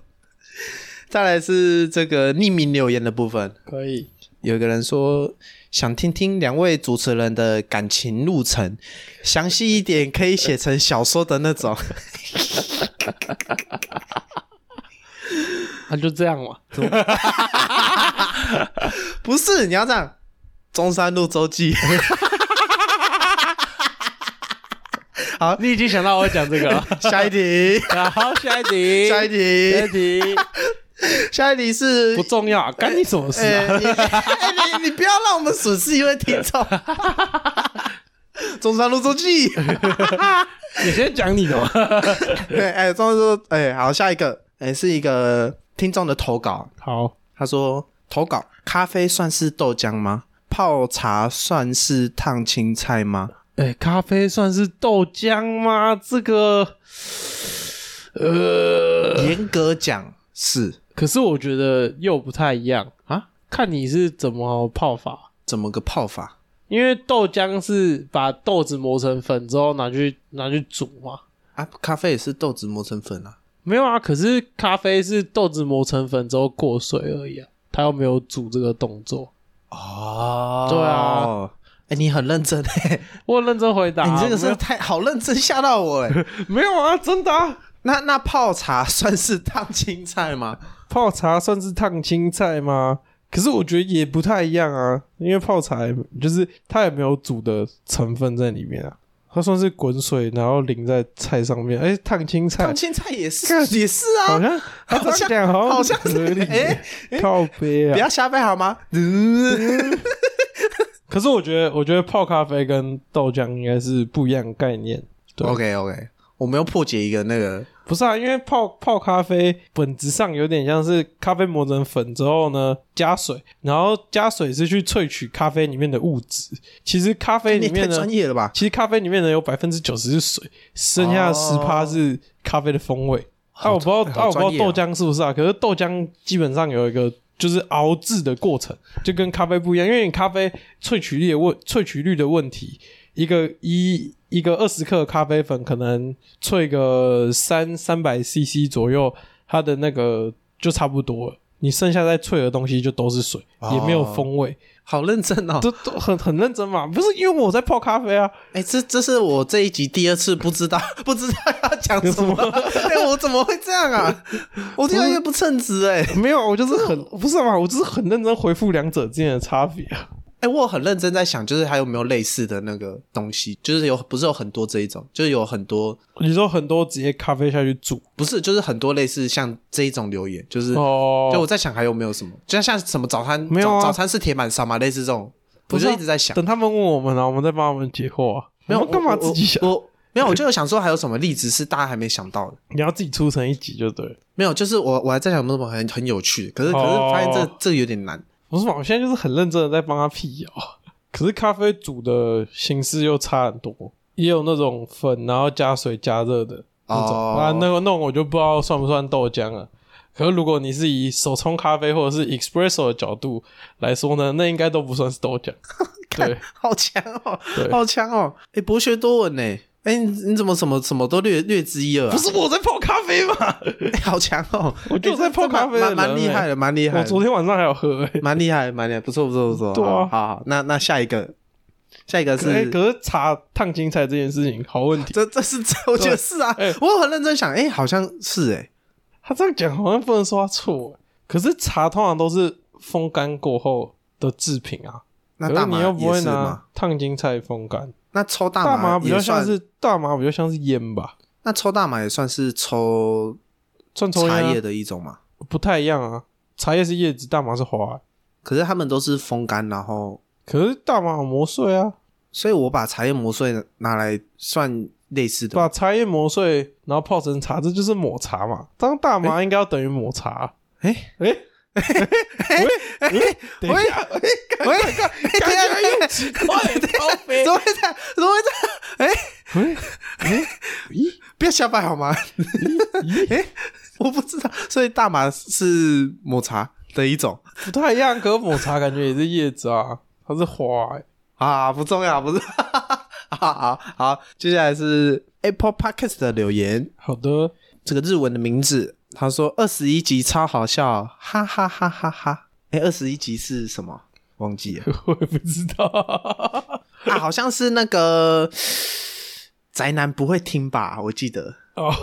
S1: 再来是这个匿名留言的部分，
S2: 可以，
S1: 有一个人说想听听两位主持人的感情路程，详细一点可以写成小说的那
S2: (laughs)
S1: 种。
S2: 那啊就这样嘛。
S1: 不是，你要这样，中山路周
S2: (laughs)
S1: 记。
S2: 你已经想到我要讲这个
S1: (laughs)
S2: 了。
S1: 下一题，
S2: 好，下一题，
S1: 下一，
S2: 下
S1: 题
S2: 一，题，
S1: 下一题是
S2: 不重要，干你什么事
S1: 哎，
S2: 啊？
S1: 你哎你你不要让我们损失一位听众。中山路周
S2: (laughs)
S1: 记，哎
S2: 你先讲你的嘛。
S1: 对，哎，中山路，哎，好，下一个，哎，是一个听众的投稿，
S2: 好，
S1: 他说投稿，咖啡算是豆浆吗？泡茶算是烫青菜吗？
S2: 哎，咖啡算是豆浆吗？这个，呃，
S1: 严格讲是，
S2: 可是我觉得又不太一样啊，看你是怎么泡法。
S1: 怎么个泡法？
S2: 因为豆浆是把豆子磨成粉之后拿去拿去煮嘛，
S1: 啊，咖啡也是豆子磨成粉啊。
S2: 没有啊。可是咖啡是豆子磨成粉之后过水而已啊，它又没有煮这个动作。
S1: 哦
S2: 对啊，
S1: 哎，你很认真哎、
S2: 我有认真回答
S1: 哎
S2: 啊，
S1: 你这个
S2: 没
S1: 是
S2: 有
S1: 太好认真，吓到我哎、
S2: 没有啊，真的、啊。
S1: 那那泡茶算是烫青菜
S2: (laughs)
S1: 吗？
S2: 泡茶算是烫青菜吗？可是我觉得也不太一样啊，因为泡茶也就是它也没有煮的成分在里面啊，它算是滚水然后淋在菜上面，哎、烫青菜
S1: 烫青菜也是也是
S2: 好
S1: 啊，
S2: 像它这样讲好
S1: 好像
S2: 合理，
S1: 哎、
S2: 靠背
S1: 不
S2: 啊。
S1: 要瞎掰好吗？
S2: 嗯可是我觉得，我觉得泡咖啡跟豆浆应该是不一样的概念。对
S1: OK OK，我们要破解一个那个
S2: 不是啊，因为泡泡咖啡本质上有点像是咖啡磨成粉之后呢，加水，然后加水是去萃取咖啡里面的物质。其实咖啡
S1: 你
S2: 里
S1: 也太
S2: 面呢
S1: 专，业了吧？
S2: 其实咖啡里面呢有百分之九十是水，剩下的十趴是咖啡的风味。啊，我不知道，啊，
S1: 哦好
S2: 我不知
S1: 专
S2: 道
S1: 业
S2: 豆
S1: 哦
S2: 浆是不是啊？可是豆浆基本上有一个就是熬制的过程，就跟咖啡不一样，因为你咖啡萃取率的问萃取率的问题，一个一一个二十克的咖啡粉可能萃个三三百 CC 左右，它的那个就差不多了。你剩下再萃的东西就都是水，也没有
S1: 哦
S2: 风味，
S1: 好认真哦！
S2: 这都很很认真嘛。不是因为我在泡咖啡啊，
S1: 哎、这这是我这一集第二次不知道不知道要讲什么，哎、我怎么会这样啊？我越来越不称职哎！哎、
S2: (laughs) 没有，我就是很不是啊嘛，我就是很认真回复两者之间的差别啊。
S1: 哎我很认真在想，就是还有没有类似的那个东西？就是有不是有很多这一种，就是有很多
S2: 你说很多直接咖啡下去煮
S1: 不是，就是很多类似像这一种留言，就是
S2: 哦，
S1: 就我在想还有没有什么，就像什么早餐
S2: 没有啊
S1: 早早餐是铁板烧嘛，类似这种，
S2: 不
S1: 我
S2: 是啊
S1: 就一直在想，
S2: 等他们问我们啊，我们再帮他们解惑啊。
S1: 没有
S2: 我干嘛
S1: 我
S2: 自己想
S1: 我，我没有，我就有想说还有什么例子是大家还没想到的，
S2: 你要自己出成一集就对了。
S1: 没有，就是我我还在想有没有什么很很有趣的，可是可是
S2: 哦
S1: 发现这这有点难， (laughs)
S2: 不是嘛，我现在就是很认真的在帮他辟谣。可是咖啡煮的形式又差很多，也有那种粉然后加水加热的那种，
S1: 哦
S2: 啊，那个那种我就不知道算不算豆浆了。可是如果你是以手冲咖啡或者是 espresso 的角度来说呢，那
S1: (laughs)
S2: 应该都不算是豆浆。对，
S1: 好强哦
S2: 对，
S1: 好强哦，哎，博学多闻呢，哎、你你怎么什么什么都略略知一二啊？
S2: 不是我在泡咖啡吗？
S1: 哎 (laughs) 好强哦！
S2: 我就
S1: 哎
S2: 在
S1: 这
S2: 泡
S1: 这蛮
S2: 咖啡的
S1: 蛮蛮
S2: 人
S1: 厉
S2: 欸
S1: 害的，蛮厉害
S2: 我
S1: 的，
S2: 昨天晚上还有喝、欸，
S1: 蛮厉害的，蛮厉害，不错不错不错。
S2: 对啊
S1: 好好，好那那下一个，下一个
S2: 可哎
S1: 是。
S2: 可是查烫青菜这件事情，好问题。
S1: 这这是这，我觉得是啊
S2: 哎，
S1: 我有很认真想，哎，好像是哎，
S2: 他这样讲好像不能说他错，可是茶通常都是风干过后的制品啊，
S1: 那
S2: 可
S1: 大
S2: 是
S1: 麻
S2: 你又不
S1: 也
S2: 会
S1: 是吗？
S2: 拿烫青菜风干，
S1: 那抽大
S2: 大麻
S1: 麻
S2: 比较
S1: 也
S2: 像
S1: 算，
S2: 是大麻比较像是烟吧，
S1: 那抽大麻也算是抽
S2: 算抽烟
S1: 茶
S2: 啊、
S1: 叶的一种嘛？
S2: 不太一样啊，茶叶是叶子，大麻是花、
S1: 可是他们都是风干，然后，
S2: 可是大麻好磨碎啊，
S1: 所以我把茶叶磨碎拿来算类似的
S2: 把茶叶磨碎，然后泡成茶，这就是抹茶嘛。当大麻应该要等于抹茶。
S1: 哎
S2: 哎哎哎，等一下，
S1: 喂，
S2: 感觉
S1: 又
S2: 又奇怪了，超肥
S1: 怎。么会这样？怎么会这样？
S2: 哎哎咦
S1: 不要瞎掰好吗？ (laughs)
S2: 咦，
S1: 我不知道，所以大麻是抹茶的一种
S2: 不太一样，可是抹茶感觉也是叶子啊，它是花、欸。
S1: 啊，不重要，不 (laughs) 是。好好好，接下来是 Apple Podcast 的留言，
S2: 好的，
S1: 这个日文的名字，他说二十一集超好笑，哈哈哈哈哈。哎，二十一集是什么？忘记了
S2: 我也不知
S1: (laughs)
S2: 道。
S1: 啊，好像是那个宅男不会听吧？我记得，
S2: 哦，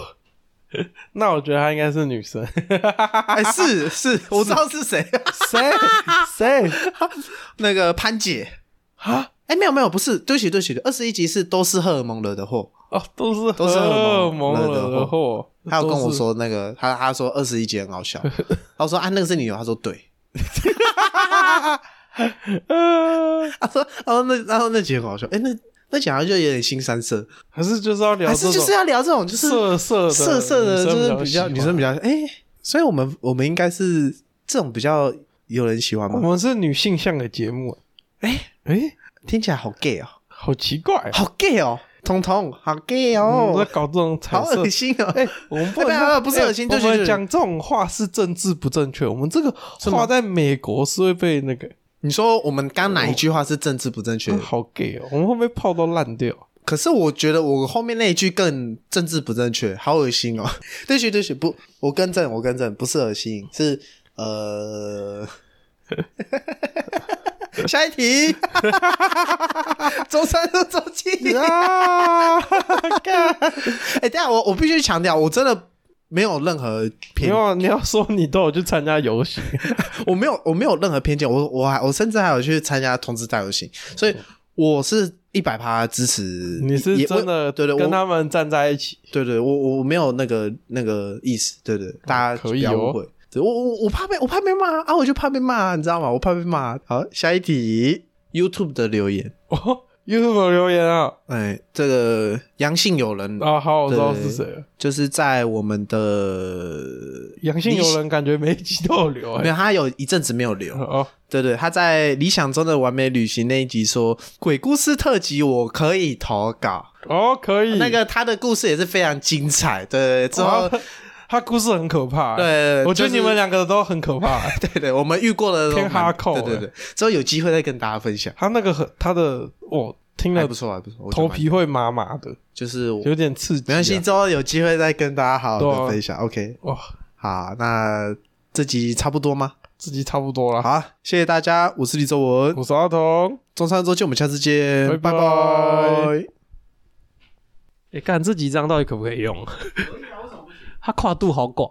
S2: 那我觉得她应该是女生。
S1: 哎，是
S2: (laughs)
S1: 是，我知道是谁，哎
S2: 谁谁
S1: (laughs) 那个潘姐。
S2: 啊？
S1: 哎、没有没有，不是，对不起对不起，二十一集是都是荷尔蒙惹的祸。
S2: 哦，都是
S1: 都是荷
S2: 荷
S1: 尔
S2: 尔蒙
S1: 蒙
S2: 惹的祸。
S1: 他有跟
S2: 都
S1: 我
S2: 是
S1: 说那个，他他说二十一集很好
S2: (laughs)
S1: 笑，他说啊那个是你有，他说对，
S2: 呃，
S1: 他说他说那他说那集很好笑，哎、那那讲像就有点新三色，
S2: 还是就是要聊
S1: 还
S2: 这种
S1: 是就是要聊这种就是
S2: 色色的
S1: 色色的，
S2: 女
S1: 就是
S2: 生
S1: 比较女
S2: 喜
S1: 生
S2: 欢
S1: 比较哎、所以我们我们应该是这种比较有人喜欢
S2: 我
S1: 吗？
S2: 们是女性向的节目，
S1: 哎、
S2: 哎、
S1: 听起来好 gay 哦，
S2: 好奇怪，啊
S1: 好 gay 哦，彤彤好 gay
S2: 嗯我们
S1: 哦
S2: 在，搞这种彩
S1: 好
S2: 色
S1: 恶。心哦，
S2: 哎、我们不
S1: 哎
S2: 能
S1: 不要不要不是恶心
S2: 哎
S1: 对
S2: 我
S1: 对
S2: 们
S1: 对
S2: 讲这种话是政治不正确。我们这个话在美国是会被那个、
S1: 你说我们刚哪一句话是政治不正确
S2: 嗯？好 gay 哦，我们会不会泡到烂掉？
S1: 可是我觉得我后面那一句更政治不正确，好恶心哦！ (laughs) 对不起，对不起，不，我更正，我更正，不是恶心，是
S2: (laughs)
S1: 呃，下一
S2: (laughs)
S1: 题，周三和周七 (laughs)
S2: 啊，
S1: 哎、等一下我我必须强调，我真的没有任何
S2: 没
S1: 偏，
S2: 有，你要说你都有去参加游行，
S1: (laughs) 我没有我没有任何偏见，我我还我甚至还有去参加同志大游行，所以我是一百趴支持。
S2: 你是
S1: 也
S2: 真的
S1: 对对，我
S2: 跟他们站在一起。 (laughs)
S1: 对对，我我我没有那个那个意思，对对，大家
S2: 可
S1: 不
S2: 以
S1: 要
S2: 哦
S1: 误会。对我我我怕被我怕被骂啊，我就怕被骂，你知道吗？我怕被骂。啊好，下一题，YouTube 的留言，
S2: 哦，YouTube 留言啊
S1: 哎，这个阳性友人
S2: 啊，好，我知道是
S1: 对
S2: 谁了。
S1: 就是在我们的
S2: 阳性友人感觉每一集都有留、
S1: 没
S2: 欸，
S1: 有，他有一阵子没有留，
S2: 哦，
S1: 对对，他在理想中的完美旅行那一集说鬼故事特辑，我可以投稿。
S2: 哦，可以。
S1: 那个他的故事也是非常精彩，对对，之后
S2: 哦他他故事很可怕、欸，
S1: 对对对
S2: 我觉
S1: 就
S2: 得
S1: 是。
S2: 你们两个都很可怕、欸
S1: (laughs) 对对，我们遇过了
S2: 偏哈扣
S1: 对对
S2: 欸
S1: 对，之后有机会再跟大家分享，
S2: 他那个很，他的我听
S1: 还
S2: 了
S1: 不错，还不错，我觉得
S2: 头
S1: 蛮
S2: 皮会麻麻的，
S1: 就是我
S2: 有点刺激、啊
S1: 没关系，，之后有机会再跟大家好
S2: 对
S1: 好
S2: 啊
S1: 的分享。OK，
S2: 哇，
S1: 好，那这集差不多吗？
S2: 自己差不多了。
S1: 好，谢谢大家，我是李周文，
S2: 我是阿童，
S1: 中山周记，我们下次见，
S2: 拜拜
S1: 拜拜
S2: (laughs) 哎、看这几张到底可不可以用？它跨度好广。